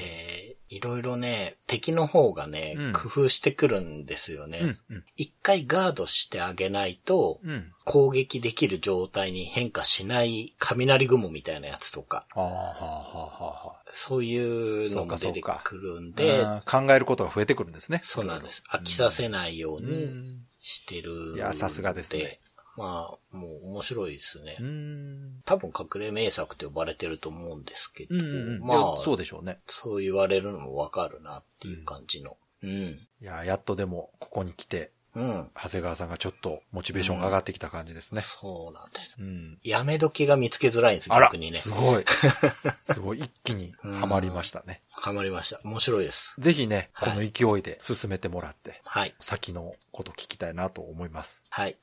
いろいろね、敵の方がね、
うん
工夫してくるんですよね。
うん、
一回ガードしてあげないと、
うん、うん。
攻撃できる状態に変化しない雷雲みたいなやつとか、
ああ、はあ、はあ、はあ。
そういうのも
そ
出
うかそ
て
うか
くるんで、
で、考えることが増えてくるんですね。
そうなんです。飽きさせないよう
う
に
ん。
してるん
いやさすがですね。
まあ、もう面白いですね
う。ん。
多分隠れ名作と呼ばれてると思うんですけど、
うん。
ま
ま
あ
あ、、そうでしょうね。
そう言われるのもわかるなっていう感じの。うん。
いや、やっとでも、ここに来て、
うん。
長谷川さんがちょっとモチベーションが上がってきた感じですね。
そうなんです。
うん。
やめ時が見つけづらいんです、
あら
逆にね。
すごい。 すごい。一気にハマりましたね。
ハマりました。面白いです。
ぜひね、こ
はい
の勢いで進めてもらって、
はい。
先のこと聞きたいなと思います。
はい。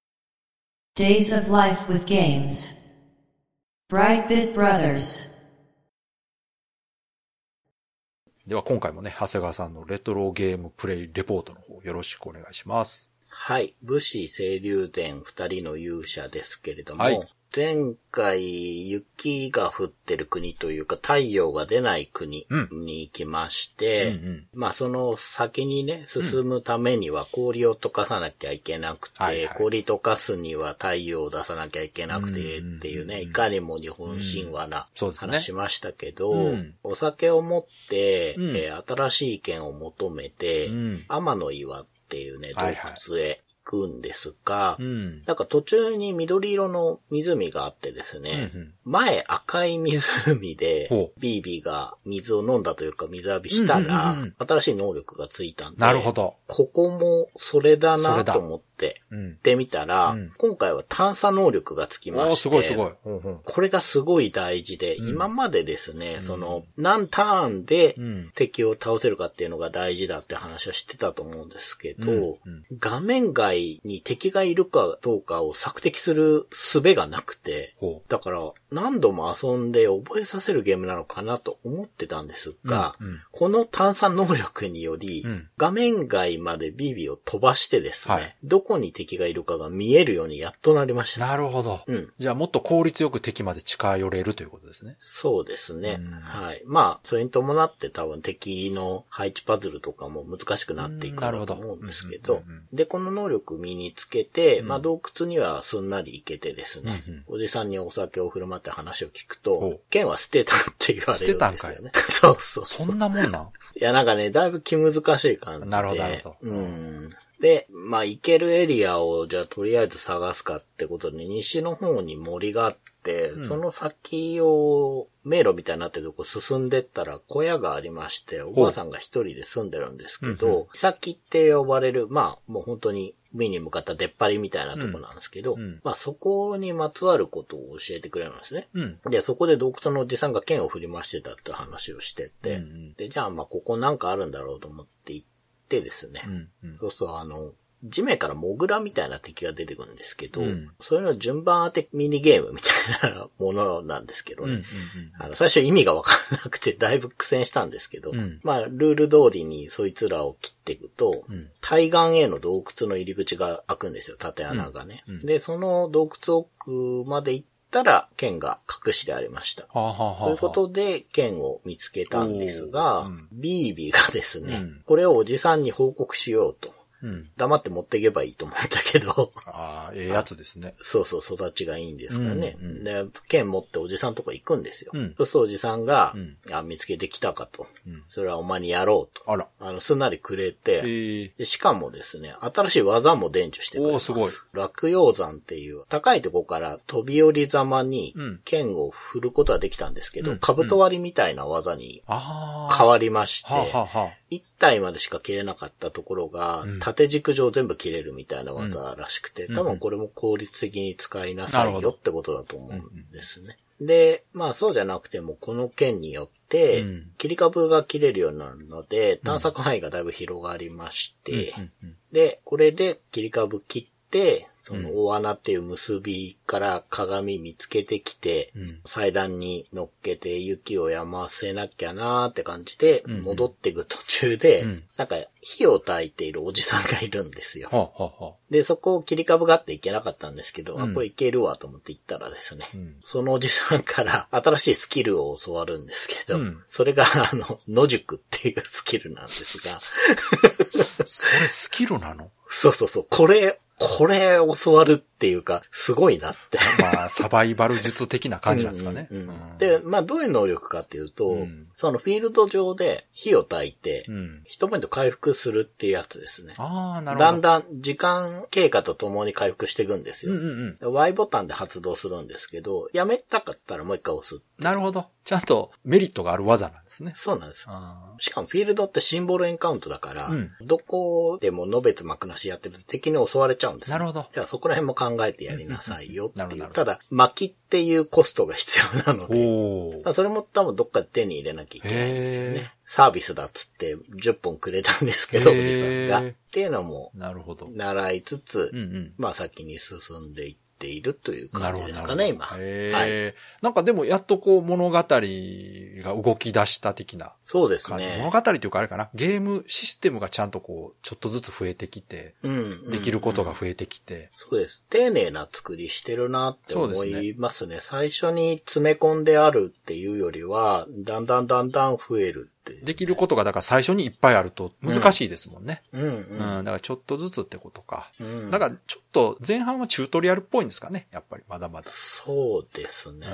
Days of Life with Games. Brightbit Brothers.
では今回もね、長谷川さんのレトロゲームプレイレポートの方よろしくお願いします。
はい。武士清流伝二人の勇者ですけれども、
はい
前回雪が降ってる国というか太陽が出ない国に行きまして、
うんうん
まあその先にね、進むためには氷を溶かさなきゃいけなくて、
はいはい
氷溶かすには太陽を出さなきゃいけなくてっていうね、
うんうんうん
いかにも日本神話な
そうですね
話しましたけど、
うん
お酒を持って、
うん
えー新しい意見を求めて、
うん。
天の岩っていうね、洞
はいはい
窟へ行くんですが、
うん。
なんか途中に緑色の湖があってですね、
うんうん
前赤い湖で
ほ、
ビービーが水を飲んだというか水浴びしたら、
うんうんうん
新しい能力がついたんで、
なるほど。
ここもそれだ
そ
な
れだ
と思って
うん
行っ。てみたら、
うん
今回は探査能力がつきま
おー
して、
すごいすごい。うんうん
これがすごい大事で、
うん
今までですね、その、何ターンで
うん。
敵を倒せるかっていうのが大事だって話をしてたと思うんですけど、
うんうん
画面外に敵がいるかどうかを索敵する術がなくて、
ほ
だから何度も遊んで覚えさせるゲームなのかなと思ってたんです
う。
が、
うんうん
この探査能力により、
うん
画面外までビビを飛ばしてですね、
はい
どこに敵がいるかが見えるようにやっとなりました。
なるほど。
うん。
じゃあもっと効率よく敵まで近寄れるということですね。
そうですね
うん。
はい。まあ、それに伴って多分敵の配置パズルとかも難しくなっていくか
うんなる
なと
ほど
思うんですけ
うん
ど
うんうん、
で、この能力身につけて、
うん
まあ、洞窟にはすんなり行けてですね
うんうん、
おじさんにお酒を振る舞って話を聞く
ほ
と
う、
剣は捨てたって言われるんです
捨て
よ
たん
ね。 そうそう
そ
そう。
んなもんなん
いや、なんかね、だいぶ気難しい感じで。
なるほどなるほど
うん。で、まあ、行けるエリアを、じゃあ、とりあえず探すかってことで、西の方に森があって、
うん
その先を、迷路みたいになってるとこ進んでったら、小屋がありまして、おばあさんが一人で住んでるんですけ
うんう
ど、岬って呼ばれる、まあ、もう本当に、海に向かった出っ張りみたいなとこなんですけど、
うんうん
まあ、そこにまつわることを教えてくれるんですね。
うん。
で、そこで洞窟のおじさんが剣を振り回してたって話をしてて、
うんうん
で、じゃあまあここなんかあるんだろうと思って行ってですね、
うんうん
そうそうあの、地面からモグラみたいな敵が出てくるんですけど、
うん
それの順番当てミニゲームみたいなものなんですけど
うんう
ね。
ん
あの、最初意味がわからなくて、だいぶ苦戦したんですけど、
うん
まあ、ルール通りにそいつらを切っていくと、
うん
対岸への洞窟の入り口が開くんですよ、縦穴がね。
うんうん
で、その洞窟奥まで行ったら、剣が隠してありました。
はあはあはあはあ
ということで、剣を見つけたんですが、
おーうん
ビービーがですね、
うん
これをおじさんに報告しようと。
うん。
黙って持っていけばいいと思うんだけど、
ああ、ええやつですね。
そうそう、育ちがいいんですからね。
うんうん
で、剣持っておじさんとこ行くんですよ。
うん
そうするとおじさんが、
うん
あ、見つけてきたかと。
うん。
それはお前にやろうと。
あら。
あの、すんなりくれて、
ええ
でしかもですね、新しい技も伝授してくれます。
おーすごい
落葉山っていう、高いとこから飛び降りざまに
うん、
剣を振ることはできたんですけど、
うん
カブト割りみたいな技に
ああ。
変わりまして、
はあ、はあはあ、
一体までしか切れなかったところが、
うん
縦軸上全部切れるみたいな技らしくて、
うん
多分これも効率的に使いなさ
ないるほ
よ
ど
ってことだと思うんですね。で、まあそうじゃなくても、この件によって
うん、
切り株が切れるようになるので、探索範囲がだいぶ広がりまして、
うんうん
で、これで切り株切って、その大穴っていう結びから鏡見つけてきて、
うん。
祭壇に乗っけて雪をやませなきゃなーって感じで、
うんうん
戻ってく途中で、
うん
なんか火を焚いているおじさんがいるんですよ。
はあ、はあ、はあ。
で、そこを切り株があって行けなかったんですけど、
う
あ、
ん
これいけるわと思って行ったらですね、
うん。
そのおじさんから新しいスキルを教わるんですけど、
うん
それがあの、野宿っていうスキルなんですが、
それスキルなの
そうそうそう、これ、これ教わるっていうか、すごいなって。
まあ、サバイバル術的な感じなんですかね。
うんうんうん
うん
で、、まあどういう能力かっていうと、
うん
そのフィールド上で火を焚いて、
うん。
一晩で回復するっていうやつですね。
ああ、なるほど。
だんだん時間経過とともに回復していくんですよ。
うんうんうん。
Y ボタンで発動するんですけど、やめたかったらもう一回押す。
なるほど。ちゃんとメリットがある技なんですね。
そうなんです。
あ
しかもフィールドってシンボルエンカウントだから、
うん
どこでものべつ幕なしやってると敵に襲われちゃうんです
あ
よ
なるほど。
じゃあそこら辺も考えてやりなさいよって
うんうん
い
な
う。
るほど
ただ、薪っていうコストが必要なの
お
で、
お
ま。あそれも多分どっかで手に入れなきゃいけないんですよ
へー
ね。サービスだっつって10本くれたんですけど、
へ
お
ー
じさんが。っていうのも
なるほど。
習いつつ、
うんうん。
まあ先に進んでいっているという
な
感
る
じ
ほど。
です
なる
か
ほど
ね、今。
へ
はい。
え。なんかでも、やっとこう、物語が動き出した的な
そうです
感じ。
ね
物。語というかあれかな。ゲームシステムがちゃんとこう、ちょっとずつ増えてきて、
うん
できることが
うん
増えてきて。
そうです。丁寧な作りしてるなって
そ
思
うです
い
ね
ますね。最初に詰め込んであるっていうよりは、だんだんだんだん増えるっていう。
できることが、だから最初にいっぱいあると難しいですもんね。
うん
うん。だからちょっとずつってことか。
うん。うん。
だからちょっと前半はチュートリアルっぽいんですかね。やっぱりまだまだ。
そうですね。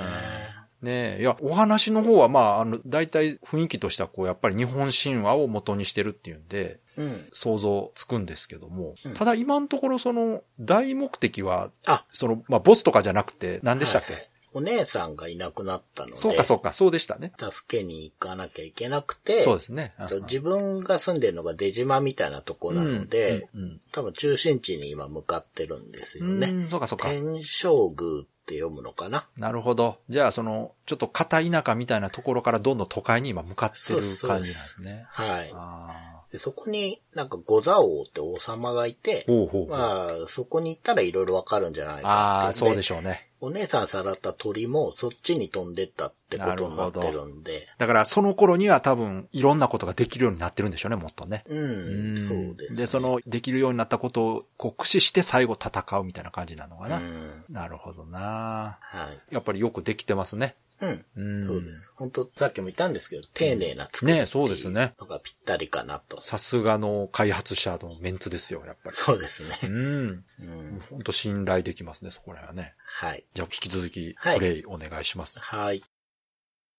ねえ、いや、お話の方は、まあ、あの、大体雰囲気としては、こう、やっぱり日本神話を元にしてるっていうんで、
うん。
想像つくんですけども
うん、
ただ今のところ、その、大目的は、
あ、
その、まあ、ボスとかじゃなくて、何でしたっけ、
はいお姉さんがいなくなったので、
そうか、そうか、そうでしたね。
助けに行かなきゃいけなくて、
そうですね。
自分が住んでるのが出島みたいなとこなので、
うん、うん
多分中心地に今向かってるんですよ
うん
ね。
うんそうか、そうか。
天正宮って読むのかな
なるほど。じゃあ、その、ちょっと片田舎みたいなところからどんどん都会に今向かってる感じなんですね。
はい。
ああ。
でそこになんか五座王って王様がいて、
ほうほうほう。
まあ、そこに行ったらいろいろわかるんじゃない
ああ、
かってい
そ
ん
うでしょうね。
お姉さんさらった鳥もそっちに飛んでったってことになってるんで。
だから、その頃には多分、いろんなことができるようになってるんでしょうね、もっとね。
うん、そうです、ね。
で、その、できるようになったことを、こう、駆使して最後戦うみたいな感じなのか
う
な。
ん、
なるほどな
はい。
やっぱりよくできてますね。
うん。
うん。
そうです。本当さっきも言ったんですけど、丁寧な作り。
ねえそうですね。
のがぴったりかなと。
さすがの開発者のメンツですよ、やっぱり。
そうですね。
うん。
うん。
本当信頼できますね、そこら辺はね。
はい。
じゃあ、引き続き、
はい
プレイお願いします。
はい。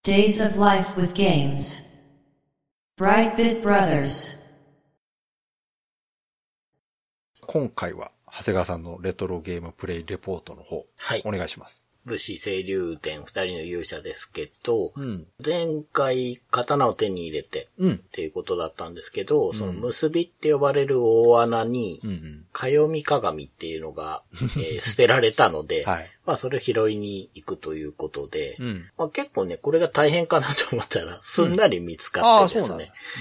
Days of Life with Games. Brightbit Brothers.
今回は、長谷川さんのレトロゲームプレイレポートの方、
はい
お。願いします。
武士清流伝二人の勇者ですけど、
うん。
前回刀を手に入れて
うん。
っていうことだったんですけど、
ん
その結びって呼ばれる大穴に
う、んうん。
かよみ鏡っていうのが、えー捨てられたので、
はい。
まあそれを拾いに行くということで、
うん。
まあ、結構ね、これが大変かなと思ったら、すんなり見つかってで
うんああそうな
す
ん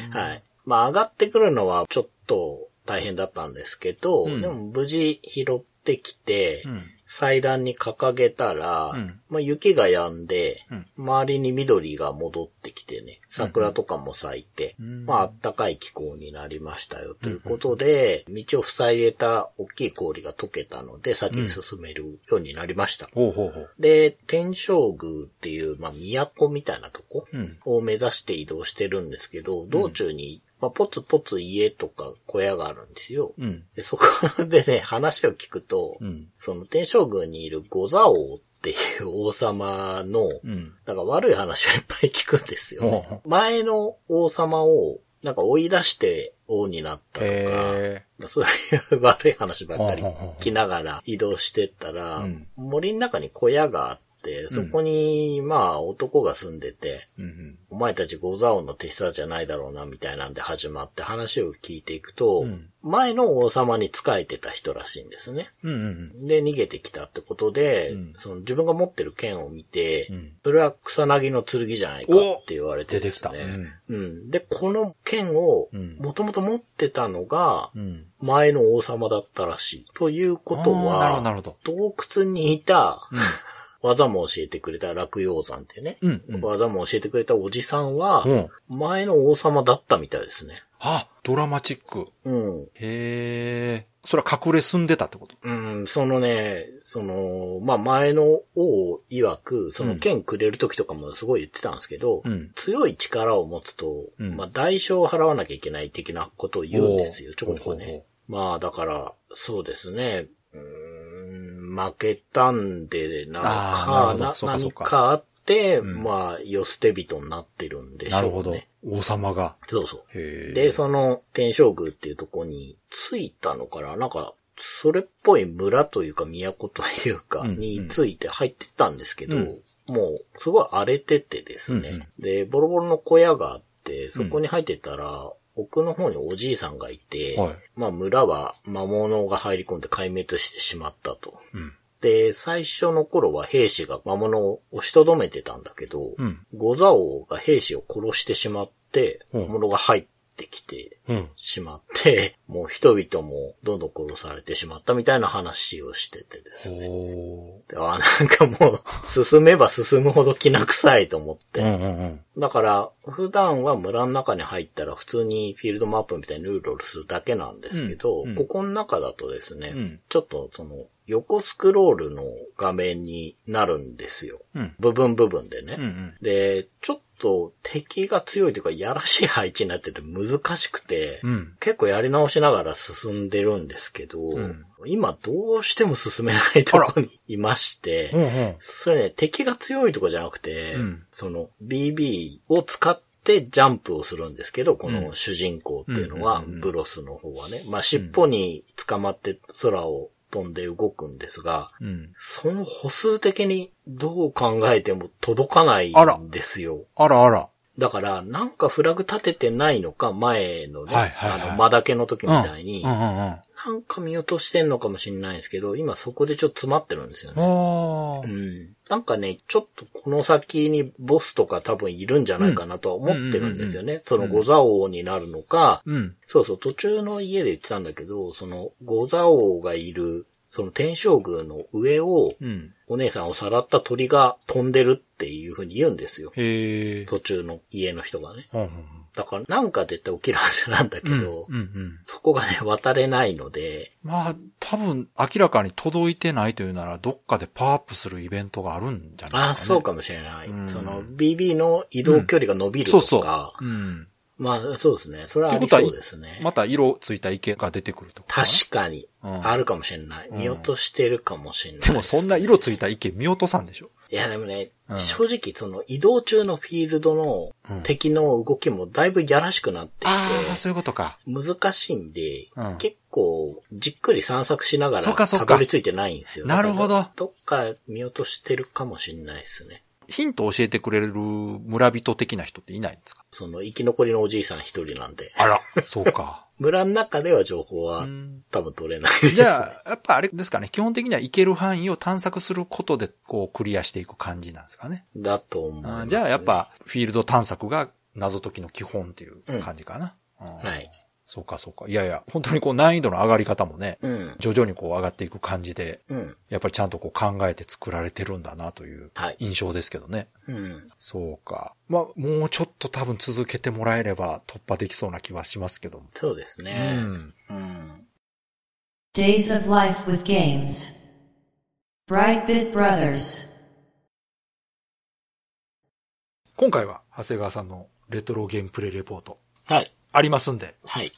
ね
だ。
はい。まあ、上がってくるのはちょっと大変だったんですけど、
うん
でも無事拾ってきて、
うん。
祭壇に掲げたら、
うん
まあ、雪が止んで、
うん
周りに緑が戻ってきてね、桜とかも咲いて、
うん
まあ、暖かい気候になりましたよ、ということで、道を塞いでた大きい氷が溶けたので、先に進めるようになりました。
ほうほうほう。
で、天正宮っていう、まあ、都みたいなとこ
うん。
を目指して移動してるんですけど、道中にまあ、ポツポツ家とか小屋があるんですよ。
うん。
でそこでね、話を聞くと、
うん。
その天正宮にいる五座王っていう王様の、
うん。
なんか悪い話をいっぱい聞くんですよ、ね。
も
前の王様を、なんか追い出して王になった
う。
と
へ
か、そういう 悪い話ば
え。
っかり
うん
来ながら移動してったら、
うん
森の中に小屋があって、そこに、まあ男が住んでて、
うん。
お前たち五座王の手下じゃないだろうな、みたいなんで始まって話を聞いていくと、
うん
前の王様に仕えてた人らしいんですね。
うん。うん。
で、逃げてきたってことで、
うん
その自分が持ってる剣を見て、
うん。
それは草薙の剣じゃないかって言われて
出て
で
き
す
た。
ね。
うん
うん。で、この剣を
うん、
もともと持ってたのが、
うん。
前の王様だったらしい。ということ
あーなるほど、なる
は、
ほど。
洞窟にいた、技も教えてくれた落葉山ってね、
うん。うん。
技も教えてくれたおじさんは
う、ん。
前の王様だったみたいですね。
あ、ドラマチック。
うん。
へえ。それは隠れ住んでたってこと
うん、そのね、その、まあ、前の王曰く、その剣くれる時とかもすごい言ってたんですけど、
うん。
強い力を持つと、
うん
まあ、代償を払わなきゃいけない的なことを言うんですよ、
おー
ちょこちょこね。
ほうほうほ
まあ、だから、そうですね、うーん、負けたんでなの
あ
か
ー、なるほど
な
そうかそ
何
うか
かあって、
ん
まあ、寄捨て人になってるんでしょ
な
うね。
るほど。王様が。
そうそう。
へえ。
で、その、天正宮っていうとこに着いたのかななんか、それっぽい村というか都というか
うん
に着いて入ってったんですけど、
うん
もうすごい荒れててですね、
うん
で、ボロボロの小屋があって、そこに入ってたら、奥の方におじいさんがいて、
はい
まあ村は魔物が入り込んで壊滅してしまったと。
うん。
で、最初の頃は兵士が魔物を押しとどめてたんだけど、
うん。
ゴザ王が兵士を殺してしまって、
うん
魔物が入ってきて
うん。
しまって、 もう人々もどんどん殺されてしまったみたいな話をしててですね。
おー。
であ、なんかもう、進めば進むほどきな臭いと思っ
う
て。
んうんうん。
だから、普段は村の中に入ったら普通にフィールドマップみたいにルールをするだけなんですけど、
うんうん
ここの中だとですね、
うん
ちょっとその、横スクロールの画面になるんですよ。
うん。
部分部分でね。
うんうん。
で、ちょっと敵が強いというか、やらしい配置になってて難しくて、
うん。
結構やり直しながら進んでるんですけど、
ん
今どうしても進めないところにいまして、
うんうん。
それね、敵が強いとかじゃなくて、
うん
その BB を使ってジャンプをするんですけど、この主人公っていうのは、
うんうんうんうん
ブロスの方はね、まあ尻尾に捕まって空を飛んで動くんですが、
うん。
その歩数的にどう考えても届かない
あら
んですよ。
あらあら。
だから、なんかフラグ立ててないのか、前のね、
はいはいはい
あの、間だけの時みたいに、
うんうんうん。あ
なんか見落としてんのかもしれないんですけど、今そこでちょっと詰まってるんですよね。
あ
う。ん。なんかね、ちょっとこの先にボスとか多分いるんじゃないかなとは思ってるんですよね。その五座王になるのか、
うん。
そうそう、途中の家で言ってたんだけど、その五座王がいる、その天正宮の上を、
うん。
お姉さんをさらった鳥が飛んでるっていう風に言うんですよ。
へえ。
途中の家の人がね。
うんうん
だからなんか絶対起きるはずなんだけ
うん。
ど、
うんうん。
そこがね、渡れないので、
まあ、多分、明らかに届いてないというなら、どっかでパワーアップするイベントがあるんじゃないですか、ね。
ああ、そうかもしれない。
うん
その BB の移動距離が伸びると
そ
か、
うそう。うん。
まあそうですね。それはあ
って
り
ことは
そうですね。
また色ついた池が出てくるとかな。
確かに、
うん
あるかもしれない。
うん
見落としてるかもしれない、
でもそんな。色ついた池見落とさんでしょ。
いやでもね、
うん
正直その移動中のフィールドの
うん
敵の動きもだいぶやらしくなってきて、
ああ、そういうことか。
難しいんで、
うん
結構じっくり散策しなが
そ
ら
うかそう
た
か
どり着いてないんですよ。
なるほど
だからどっか見落としてるかもしれないですね。
ヒントを教えてくれる村人的な人っていないんですか
その生き残りのおじいさん一人なんで。
あら。そうか。
村の中では情報
う
は
ん
多分取れないです。
じゃあ、やっぱあれですかね、基本的には行ける範囲を探索することで、こう、クリアしていく感じなんですかね。
だと思います、
うんじゃあ、やっ。ぱ、フィールド探索が謎解きの基本っていう感じかな。うん
はい。
そうか、そうか。いやいや、本当にこう、難易度の上がり方もね、
うん。
徐々にこう、上がっていく感じで、
うん。
やっぱりちゃんとこう、考えて作られてるんだなという
はい。
印象ですけどね。
うん。
そうか。まあ、もうちょっと多分続けてもらえれば突破できそうな気はしますけども。
そうです
う
ね。
ん。
うん。
Days of Life with Games. Brightbit Brothers.
今回は、長谷川さんのレトロゲームプレイレポート。
はい。
ありますんで、
はい。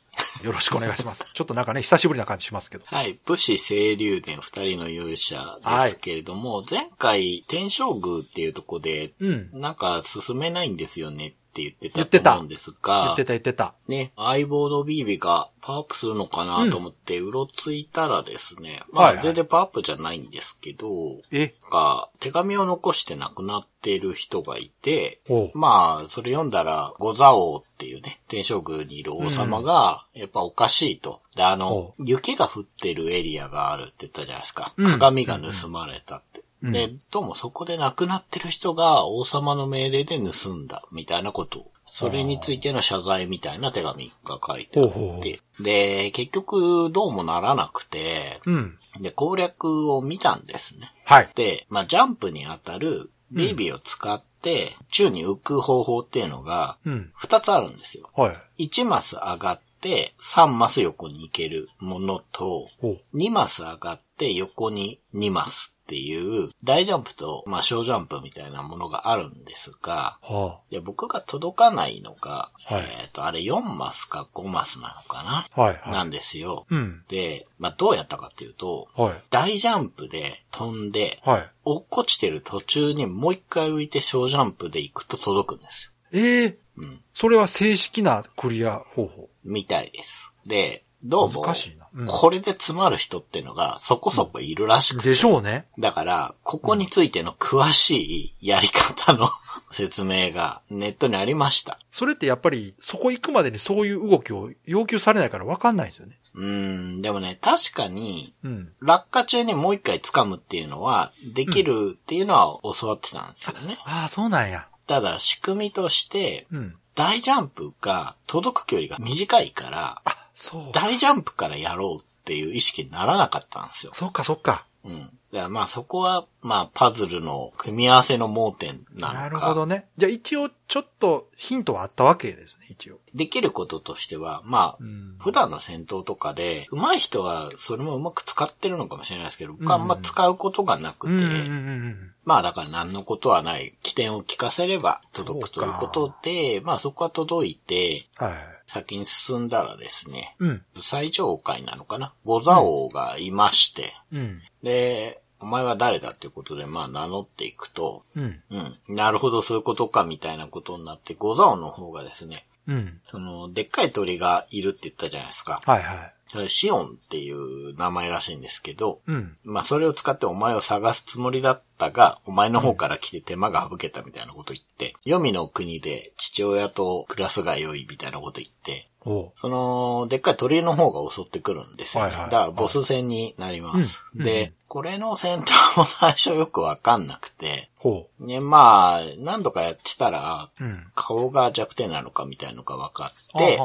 よろしくお願いし ます。ちょっとなんかね、久しぶりな感じしますけど。
はい。武士清流伝二人の勇者ですけれども、前回天正宮っていうとこで、
うん。
なんか進めないんですよねって言って
言
た
ってた
と思うんです
言
が
って、た言ってた。
ね、相棒のビービがパワーアップするのかなと思ってうろついたらですね、
はい
ま
は
あ
い
全然パワーアップじゃないんですけど、
え
なんか手紙を残して亡くなってる人がいて、
おう。
まあ、それ読んだら、五座王っていうね、天正宮にいる王様が、やっぱおかしいと。で、あの
ほ、
雪が降ってるエリアがあるって言ったじゃないですか。
うん
鏡が盗まれたって。
うん
で、どうもそこで亡くなってる人が王様の命令で盗んだ、みたいなことを。それについての謝罪みたいな手紙が書いてあ
ほうほうほ
って。で、結局どうもならなくて、
うん。
で、攻略を見たんですね。
はい。
で、まあ、ジャンプに当たるビービーを使って、宙に浮く方法っていうのが、
うん。
二つあるんですよ。
はい。
一マス上がって、三マス横に行けるものと、
おう。
二マス上がって横に二マスっていう、大ジャンプと、まあ、小ジャンプみたいなものがあるんですが、
は
で僕が届かないのが、
はい
えっ、と、あれ4マスか5マスなのか
あ。はい。
な、な
は
んですよ。
い。うん。
で、まあ、どうやったかっていうと、
はい。
大ジャンプで飛んで、
はい。
落っこちてる途中にもう一回浮いて小ジャンプで行くと届くんです
ええ
よ。うん。
それは正式なクリア方法。
みたいです。で、どうも、
難しいなうん
これで詰まる人ってのがそこそこいるらしくて、
でしょうね。
だから、ここについての詳しいやり方の 説明がネットにありました。
それってやっぱり、そこ行くまでにそういう動きを要求されないから分かんないんですよね。
うーん、でもね、確かに、
うん。
落下中にもう一回掴むっていうのは、できるっていうのは教わってたんですよね。
ああ、そうなんや。
ただ、仕組みとして、
うん。
大ジャンプが届く距離が短いから、
あ、そう。
大ジャンプからやろうっていう意識にならなかったんですよ。
そっかそっか。
うん。だからまあそこは、まあパズルの組み合わせの盲点なのか。
なるほどね。じゃあ一応ちょっとヒントはあったわけですね、一応。
できることとしては、まあ、
ん
普段の戦闘とかで、上手い人はそれもうまく使ってるのかもしれないですけど、僕はあんま使うことがなく
う
て、
んうんうん
まあだから何のことはない、起点を聞かせれば届くと
そう
いう
か
ことで、まあそこは届いて、
うん。はい。
先に進んだらですね、
うん。
最上階なのかな五座王がいまして、
うん。
で、お前は誰だっていうことで、まあ名乗っていくと、
うん。
うん、なるほどそういうことかみたいなことになって、五座王の方がですね、
うん。
その、でっかい鳥がいるって言ったじゃないですか。
はいはい。
それシオンっていう名前らしいんですけど、
うん。
まあそれを使ってお前を探すつもりだったが、お前の方から来て手間が省けたみたいなこと言って、黄泉の国で父親と暮らすが良いみたいなこと言って、
おう。
その、でっかい鳥居の方が襲ってくるんですよ、ね
はいはい
だからボス戦になります。
うん
で、
うん
これの戦闘も最初よくわかんなくて、
ほ
ね、まあ、何度かやってたら、
う。うん。
顔が弱点なのかみたいのが分かっ
で
て、、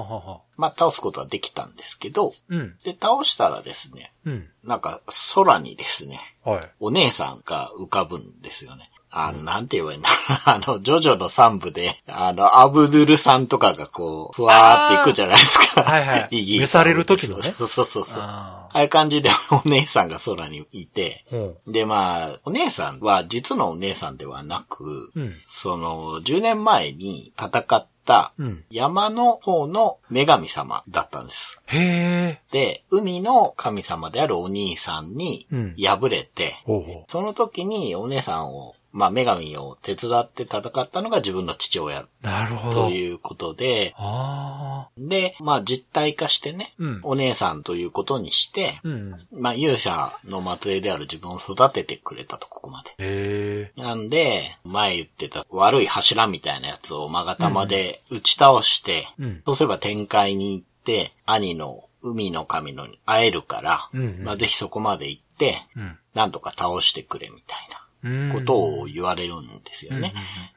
まあ倒すことはできたんですけど、
うん。
で、倒したらですね、
うん。
なんか空にですね、
はい。
お姉さんが浮かぶんですよね。あの、 なんて言えばいいんだろうな。あの、ジョジョの三部で、あの、アブドゥルさんとかがこう、ふわーっていくじゃないですか。
あーはいはい
い
召される時のね
そうそうそうそう。あ
ああ。
あいう感じで お姉さんが空にいて、
ほ
で、まあ、お姉さんは実のお姉さんではなく、
う。うん。
その、10年前に戦った
うん。
山の方の女神様だったんです。
へえ。
で、海の神様であるお兄さんに
うん
敗れて、
ほうほ
その時にお姉さんを、まあ女神を手伝って戦ったのが自分の父親
う。なるほど。
ということで、
ああ。
で、まあ実体化してね、
うん
お姉さんということにして、
うん。
まあ勇者の末裔である自分を育ててくれたと、ここまで。
へえ。
なんで、前言ってた悪い柱みたいなやつをまがたまで打ち倒して、
うん。
そうすれば展開に行って、兄の海の神のに会えるから、
うんうん
まあぜひそこまで行って、
うん。
なんとか倒してくれみたいな。
うん
ことを言われるんですよね。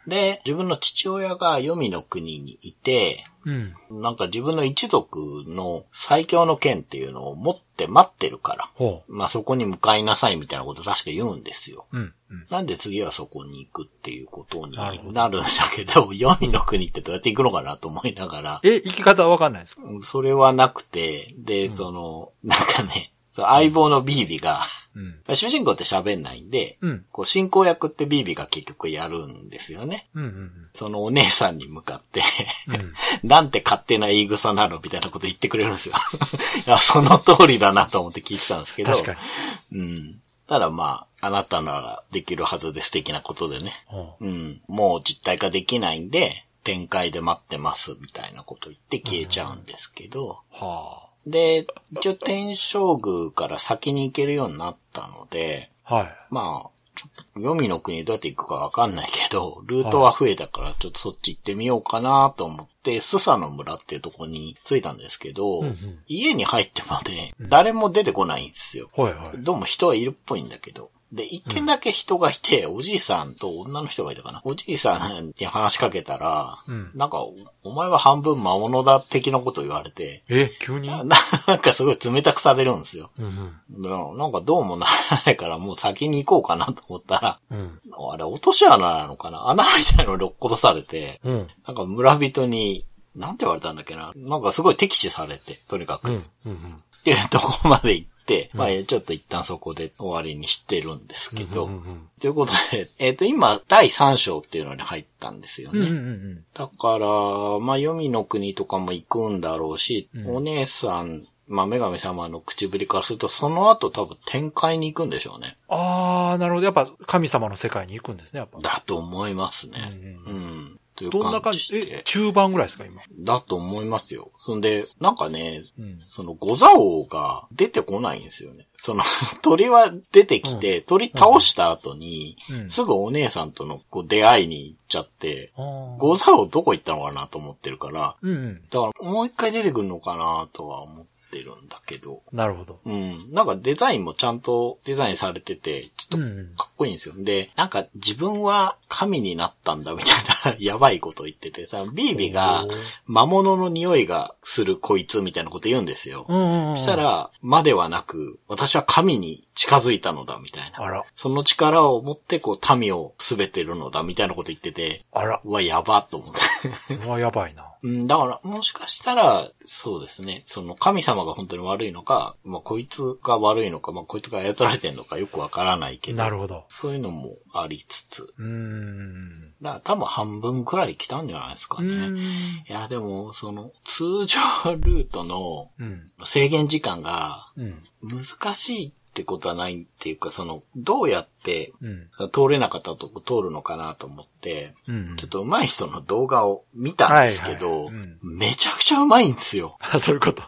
で、自分の父親が黄泉の国にいて、
うん。
なんか自分の一族の最強の剣っていうのを持って待ってるから、
ほ
まあそこに向かいなさいみたいなこと確か言うんですよ。
う。うん。うん。
なんで次はそこに行くっていうことに
なるほど
なるんだけど、黄泉の国ってどうやって行くのかなと思いながら、
え、生き方はわかんないですか
それはなくて、で、その、なんかね、そう相棒のビービが、
うん。
主人公って喋んないんで、
うん。
こう進行役ってビービが結局やるんですよね。
うん。
そのお姉さんに向かって、
うん。うん。
なんて勝手な言い草なのみたいなこと言ってくれるんですよ。 いや、その通りだなと思って聞いてたんですけど。
確かに。
に。うん。ただまあ、あなたならできるはずです的なことでね。
うん
うん。もう実体化できないんで、展開で待ってますみたいなこと言って消えちゃうんですけど。
は
で、一応天正宮から先に行けるようになったので、
あ。はい。
まあ、ちょっと、黄泉の国どうやって行くかわかんないけど、ルートは増えたから、ちょっとそっち行ってみようかなと思って、スサの村っていうとこに着いたんですけど、
うんうん
家に入ってまで、誰も出てこないんですよ。
はいはい。
どうも人はいるっぽいんだけど。で、一軒だけ人がいて、おじいさんと女の人がいたかな。おじいさんに話しかけたら、
うん
なんかお、お前は半分魔物だ的なこと言われて、
え、急に
ななんかすごい冷たくされるんですよ。
うんうん。
ななんかどうもならないから、もう先に行こうかなと思ったら、
うん。
あれ、落とし穴なのかな穴みたいなのに落っことされて、
うん。
なんか村人に、なんて言われたんだっけななんかすごい敵視されて、とにかく。
う
っ
ん。うん。
ていうとこまで行って、まあ、ちょっと一旦そこで終わりにしてるんですけど、
うん。
ということで、えっ、と、今、第3章っていうのに入ったんですよ
うん。
ね。
うん。うん。
だから、まあ、黄泉の国とかも行くんだろうし、
うん
お姉さん、まあ、女神様の口ぶりからすると、その後多分展開に行くんでしょうね。
ああ、なるほど。やっぱ神様の世界に行くんですね、やっぱ。
だと思いますね。
う
うんん。という
どんな感
感
じ
じ
え
で、。
中盤ぐらいですか、今。
だと思いますよ。そんで、なんかね、
うん。
その、ゴザ王が出てこないんですよね。その、 鳥は出てきて、鳥倒した後に、
うん
すぐお姉さんとのこう出会いに行っちゃって、
あー
ゴザ王どこ行ったのかなと思ってるから、
うんうん。
だからもう一回出てくるのかなとは思ってるんだけど。
なるほど。
うん。なんかデザインもちゃんとデザインされてて、ちょ
うん
っと
うん。
かっこいいんですよ。で、なんか自分は神になったんだみたいな やばいこと言ってて、さ、ビービが
おー
魔物の匂いがするこいつみたいなこと言うんですよ
う。んうんうん。
そした、ら、まではなく、私は神に近づいたのだみたい
あ
な。
ら、
その力を持ってこう民をすべてるのだみたいなこと言ってて、
あら、
うわ、やばと思って。
うわ、やばいな。
うん、だから、もしかしたら、そうですね。その神様が本当に悪いのか、まあ、こいつが悪いのか、まあ、こいつが操られてるのかよくわからないけど。
なるほど。
そういうのもありつつ。
うーん。
だから多分半分くらい来たんじゃないですか
う
ね。
ん。
いや、でも、その、通常ルートの
うん。
制限時間が
うん。
難しいってことはないっていうか、その、どうやって
うん。
通れなかったとこ通るのかなと思って、
うん。
ちょっと上手い人の動画を見たんですけど、
はいはいうん
めちゃくちゃ上手いんですよ。
と。 そういうこと。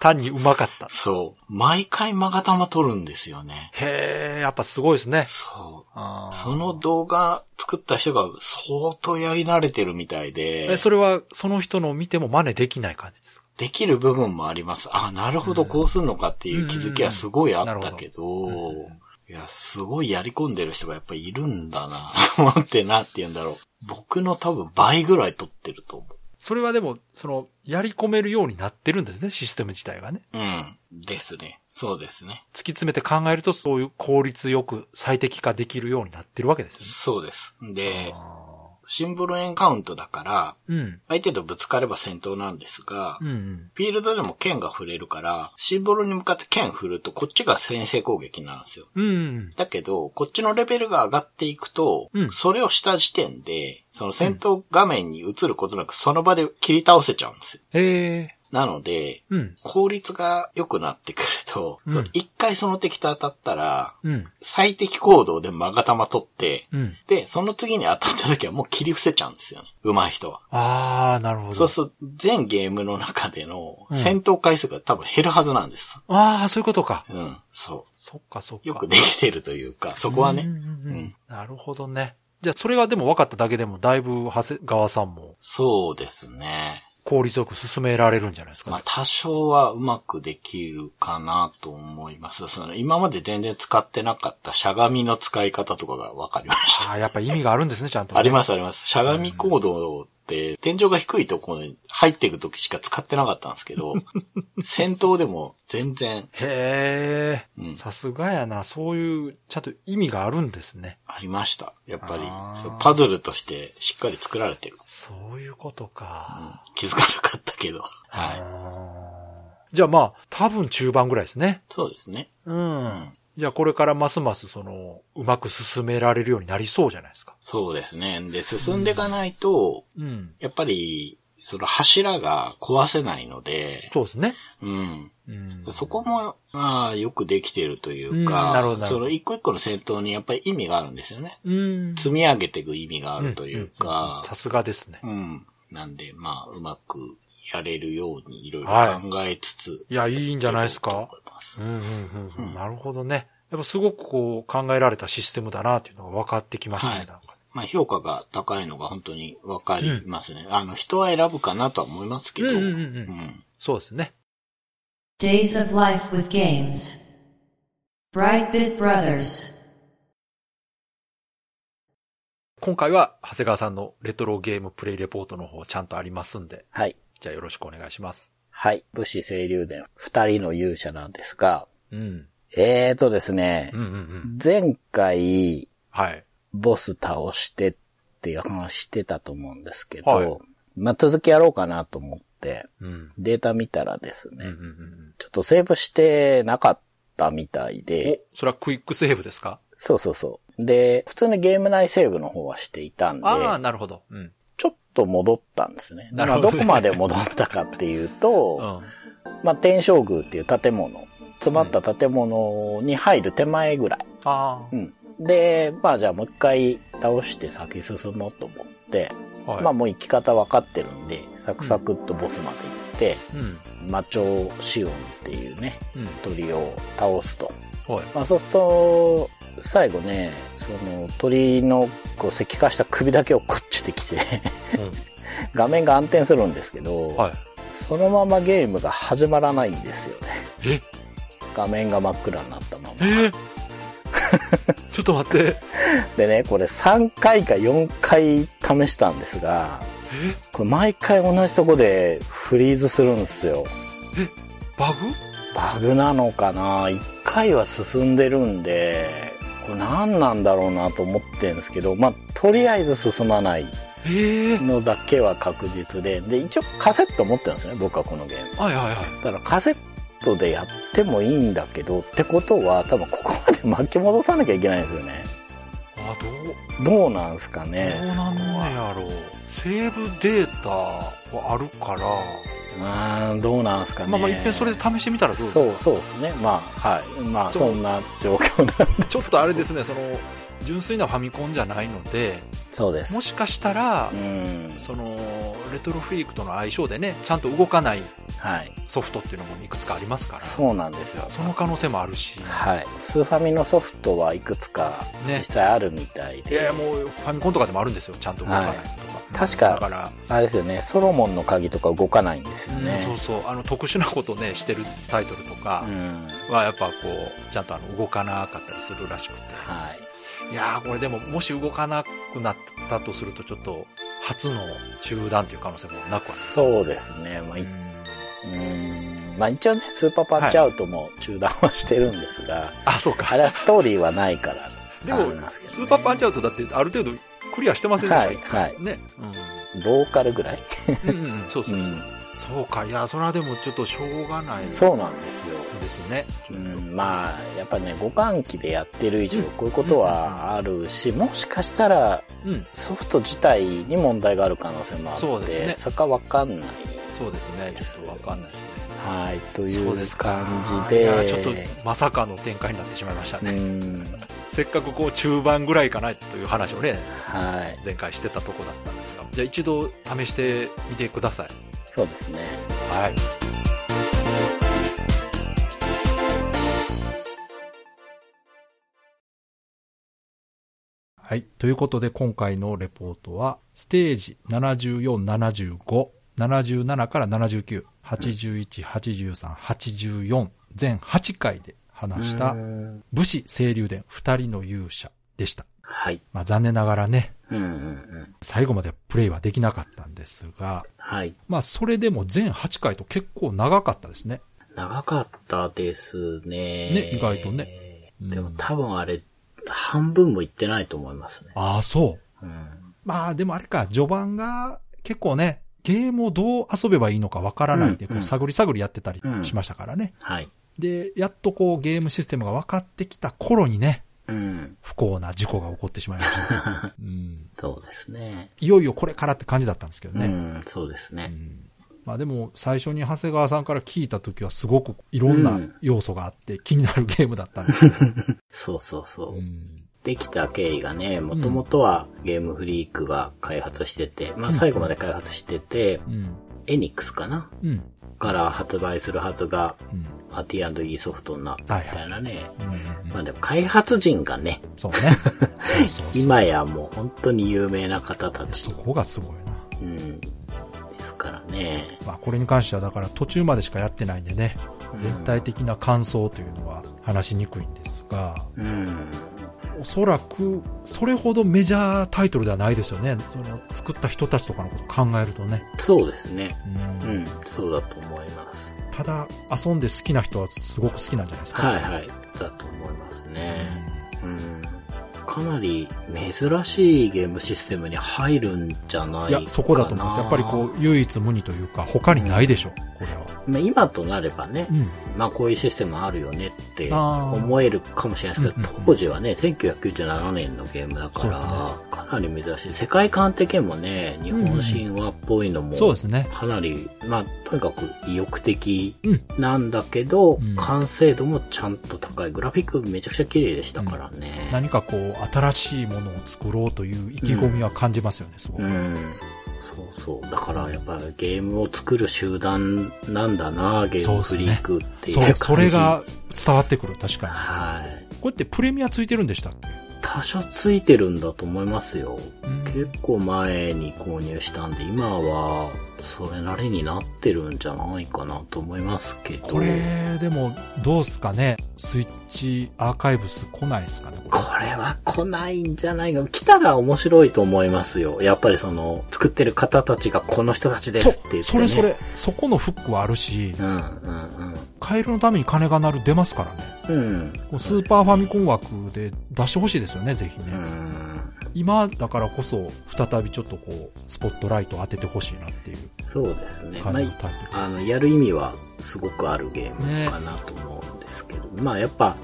単にうまかった。
そう。毎回マガタマ撮るんですよね。
へえ、やっぱすごいですね。
そ
あ
う。
ー
その動画作った人が相当やり慣れてるみたい
え、
で、
それは、その人のを見ても真似できない感じですか
できる部分もあります。あ、なるほど、こうすんのかっていう気づきはすごいあったけど、
うんうんうんなるほどうん
いや、すごいやり込んでる人がやっぱいるんだな、 と思ってなって言うんだろう。僕の多分倍ぐらい撮ってると思
それはでも、その、やり込めるようになってるんですね、システム自体がね。
う。うん。ですね。そうですね。
突き詰めて考えると、そういう効率よく最適化できるようになってるわけですよね。
そうです。で、
あ
シンボルエンカウントだから、
ーうん。
相手とぶつかれば戦闘なんですが、
うんうん。
フィールドでも剣が振れるから、シンボルに向かって剣振るとこっちが先制攻撃なんですよ。
うんうん。
だけど、こっちのレベルが上がっていくと、
うん
それをした時点で、その戦闘画面に映ることなくその場で切り倒せちゃうんですよ。
へえ。
なので、
うん。
効率が良くなってくると
うん、
一、回その敵と当たったら、
うん。
最適行動で間が玉取って、
うん。
で、その次に当たった時はもう切り伏せちゃうんですよね。上手い人は。
ああ、なるほど。
そうすると、全ゲームの中での
うん
戦闘回数が多分減るはずなんです。
ああ、そういうことか。
うん、そ
そっかそっか。
う。よくできてるというか、そこは
うん
ね。
うんうん
うん
なるほどね。じゃあ、それがでも分かっただけでも、だいぶ、長谷川さんも
そうですね。
効率よく進められるんじゃないですか、
まあ、多少はうまくできるかなと思います。その、今まで全然使ってなかったしゃがみの使い方とかが分かりまし
あ
た。
あ、やっぱ意味があるんですね、ちゃんと、。
ありますすあります。しゃがみ行動って、天井が低いところに入っていくときしか使ってなかったんですけ ど、戦闘でも全然、
へ
う
え。
ん
さすがやな。そういう、ちゃんと意味があるんですね。
ありました。やっぱ
あー
り、そうパズルとしてしっかり作られてる。
そういうこと
うん
か。
気づかなかったけど。はい。
い。じゃあまあ、多分中盤ぐらいですね。
そうですね。
うん。じゃあこれからますますその、うまく進められるようになりそうじゃないですか。
そうですね。で、進んでいかないと、
うん。
やっぱり、その柱が壊せないので、
そうですね。
うん。
うん。
そこも、まあ、よくできているという
う
か、
んなるほどなる
そ
ほど
の一個一個の戦闘にやっぱり意味があるんですよね。
うん。
積み上げていく意味があるというか、
さすがですね。
うん。なんで、まあ、うまくやれるようにいろいろ
はい
考えつつ、
いや、いいんじゃないです
やろ
か
うと。思います
うんうんうんう。
うんん
なるほどね。やっぱすごくこう、考えられたシステムだなっていうのが分かってきましたね。
はい
なんか
まあ、評価が高いのが本当にわかりますね。あの、人は選ぶかなとは思いますけど、
うんうんうんうん
うん
そうですね。
Days of Life with Games. Brightbit Brothers.
今回は、長谷川さんのレトロゲームプレイレポートの方ちゃんとありますんで、
はい。
じゃあよろしくお願いします。
はい。武士清流伝、二人の勇者なんですが、
うん。
えーとですね
うんう、んうん。
前回、
はい。
ボス倒してっていう話してたと思うんですけど、
はい
まあ、続きやろうかなと思って、
うん。うん
データ見たらです
うんう
ね、
んうん。
ちょっとセーブしてなかったみたい
お
で、、
それはクイックセーブですか
そうそうそう。で、普通にゲーム内セーブの方はしていたんで、
ああ、なるほど。うん。
ちょっと戻ったんですね。
なる
ま
ほ
あ、
ど
どこまで戻ったかっていうと、
うん。
まあ、天正宮っていう建物、詰まった建物に入る手前ぐらい。
あ
うん。で、まあじゃあもう一回倒して先進もうと思って、
あ。はい。
まあもう行き方分かってるんで、サクサクっとボスまで行って、
うん。
魔鳥シオンっていうね、
うん。
鳥を倒すと。
はい。
まあそうすると、最後ね、その鳥のこう石化した首だけをこっちてきて、
う
画面が暗転するんですけど、
ん。はい。
そのままゲームが始まらないんですよね。
え
画面が真っ暗になったまま。
ええちょっと待って。
でね、これ3回か4回試したんですが、
え
これ毎回同じとこでフリーズするんですよ。
バグ
バグなのかな ?1 回は進んでるんで、これ何なんだろうなと思ってんですけど、まあ、とりあえず進まない
ええ
のだけは確実で、で、一応カセット持ってるんですよね、僕はこのゲーム。
はいはいはい。
だからカセットでやってもいいんだけどってことは多分ここまで巻き戻さなきゃいけないんですよね
あ、どう、
どうなんすか
ど
ね
うなんのやろう。セーブデータはあるから、
まあどうなんすかね
まあまあ一遍それで試してみたらどうですか
そうそうですねまあはいまあ
そ
そうそんな状況 な
ちょっとあれですね、その、純粋なファミコンじゃないので、
そうです
もしかしたら
う、ん
その、レトロフィークとの相性でね、ちゃんと動かない
はい
ソフトっていうのもいくつかありますから、
そうなんですよ
その可能性もあるし、
はいスーファミのソフトはいくつか
ね
実際あるみたい
い
で、
やいやもうファミコンとかでもあるんですよ、ちゃんと動かないとか。
確か
だから、
あれですよねソロモンの鍵とか動かないんですよね
うんそうそう、あの、特殊なことね、してるタイトルとか
うん
は、やっぱこう、ちゃんとあの動かなかったりするらしくて。
はい
いやー、これでも、もし動かなくなったとすると、ちょっと、初の中断という可能性もなくは
そうですね、ま
な
あ、
い。
一
うん
うーんまあ一応ね、スーパーパンチアウトも中断はしてるんですが、
あ、そう
あ
か。
れはストーリーはないから。
でも
ありますけ、どね
スーパーパンチアウトだって、ある程度、クリアしてませんでした
はい
一回
は
ね。
ボーカルぐらい、
うん。うんうんうん、そうそうう。
ん、
そうか、いや、それはでも、ちょっとしょうがないで
そうなんですよ。
すね。
うん、まあ、やっぱね、互換機でやってる以上、こういうことはあるし、もしかしたら
うん、
ソフト自体に問題がある可能性もあって、
そうですね
そこはわかんない。
そうですね。ちょっとわかんないですね。
はい、とい
そうで
う
すか
感じ
い
で。
やちょっとまさかの展開になってしまいました
う
ね、
ん、
せっかくこう中盤ぐらいかなという話をね
はい、
前回してたとこだったんですがじゃあ一度試してみてください
そうですね。
はいはい。ということで、今回のレポートは、ステージ74、75、77から79、81、83、84、全8回で話した
う、ん
武士清流伝二人の勇者でした。
はい。
まあ残念ながらね、
うんうんうん。
最後までプレイはできなかったんですが、
はい。
まあそれでも全8回と結構長かったですね。
長かったですね。
ね意外とねうん
でも多分あれ、半分もいってないと思いますね。
ああ、そう。
うん、
まあでもあれか、序盤が結構ね、ゲームをどう遊べばいいのかわからないで、
うん
こ
うん
う探り探りやってたりしましたからね。
はい。
で、やっとこうゲームシステムが分かってきた頃にね、
うん。
不幸な事故が起こってしまいま した。うん、
そうですね。
いよいよこれからって感じだったんですけどね。
うん、そうですね。
まあでも、最初に長谷川さんから聞いた時はすごくいろんな要素があって気になるゲームだったんですけど。
そうそうそう。
うん
できた経緯がね、もともとはゲームフリークが開発してて、まあ最後まで開発してて、
うん。
エニックスかな
うん。
から発売するはずが、
うん。
まあ T&E ソフトになったみたいなね。
うん
まあでも開発人がね、
そうね。そうそうそう
今やもう本当に有名な方たち
そ、こがすごいな。
うん、ですからね。
まあこれに関してはだから途中までしかやってないんでね、全体的な感想というのは話しにくいんですが、
うん。
おそらくそれほどメジャータイトルではないですよね。その作った人たちとかのことを考えるとね。
そうですね。
うん
うん、そうだと思います。
ただ遊んで好きな人はすごく好きなんじゃないですか。
はいはい。だと思いますね。うん。かなり珍しいゲームシステムに入るんじゃない
い
かな。
や、そこだと思います。やっぱりこう、唯一無二というか、他にないでしょう、これは。
う。まあ今となればね、
うん。
まあこういうシステムあるよねって
あー
思えるかもしれないですけど
うんうんう、ん
当時はね、1997年のゲームだから、
そ
かなり珍しい。世界観的にもね、日本神話っぽいのも、
そうですね。
かなり、まあとにかく意欲的
うん
なんだけど、
うん
完成度もちゃんと高い。グラフィックめちゃくちゃ綺麗でしたからね。
何かこう、新しいものを作ろうという意気込みは感じますよね、すご
う
く。
ん。そうそう。だからやっぱゲームを作る集団なんだな、ゲームフリークっていう
そ
感
う、
じ。
それが伝わってくる、確か
はい。
に。これってプレミアついてるんでしたっ
多少ついてるんだと思いますよ。
けうん
結構前に購入したんで、今はそれなりになってるんじゃないかなと思いますけど。
これ、でも、どうすかねスイッチアーカイブス来ないですかね、こ
こ
れ。
れは来ないんじゃないの来たら面白いと思いますよ。やっぱりその、作ってる方たちがこの人たちですって言って、ね。
そそれそ。れ、そこのフックはあるし
う、んうん
カエルのために金が鳴る出ますからね。
うん。うん。
こうスーパーファミコン枠で出してほしいですよね、ぜひね。
うん。
今だからこそ再びちょっとこうスポットライトを当ててほしいなっていう
そうですね。ま
感
あ
じのタイトル、
あの、やる意味はすごくあるゲームかなと思うんですけど。まあやっぱ、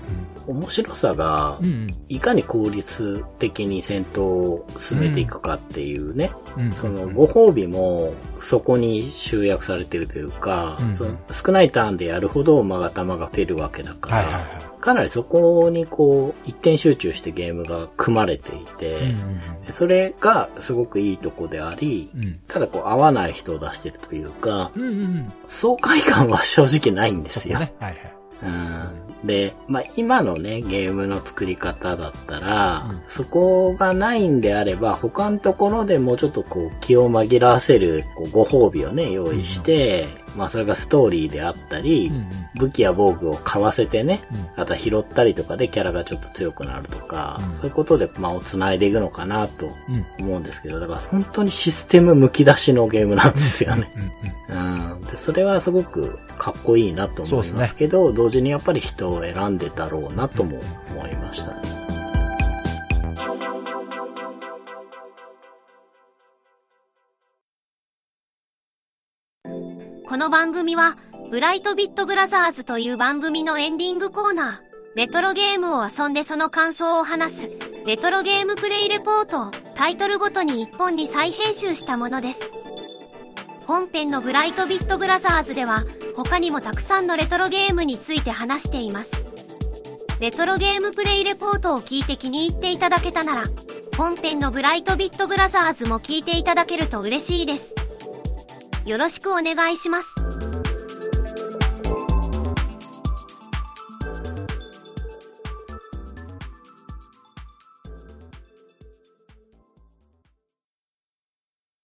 面白さが
うん、うん
いかに効率的に戦闘を進めていくかっていうね、
うんうん
そのご褒美もそこに集約されてるというか、
うん
その少ないターンでやるほどマガタマが出るわけだから、
はいはいは
かなりそこにこう一点集中してゲームが組まれていて、
い、うん
それがすごくいいとこであり、
うんうん
ただこう合わない人を出してるというか、
うんうんうん
爽快感は正直ないんで
そ
す
う
よ。
ねはいはい
うんで、まあ、今のね、ゲームの作り方だったら、
うん
そこがないんであれば、他のところでもうちょっとこう、気を紛らわせるこうご褒美をね、用意して、まあ、それがストーリーであったり
うん、うん
武器や防具を買わせてね、
うん
あとは拾ったりとかでキャラがちょっと強くなるとか、
うん
そういうことで間を繋いでいくのかなと
うん
思うんですけど、だから本当にシステムむき出しのゲームなんですよね。
うんうん
うん、でそれはすごくかっこいいなと思いますけど同時にやっぱり人を選んでだろうなとも思いましたね。
この番組は、ブライトビットブラザーズという番組のエンディングコーナー、レトロゲームを遊んでその感想を話す、レトロゲームプレイレポートをタイトルごとに一本に再編集したものです。本編のブライトビットブラザーズでは、他にもたくさんのレトロゲームについて話しています。レトロゲームプレイレポートを聞いて気に入っていただけたなら、本編のブライトビットブラザーズも聞いていただけると嬉しいです。よろしくお願いします。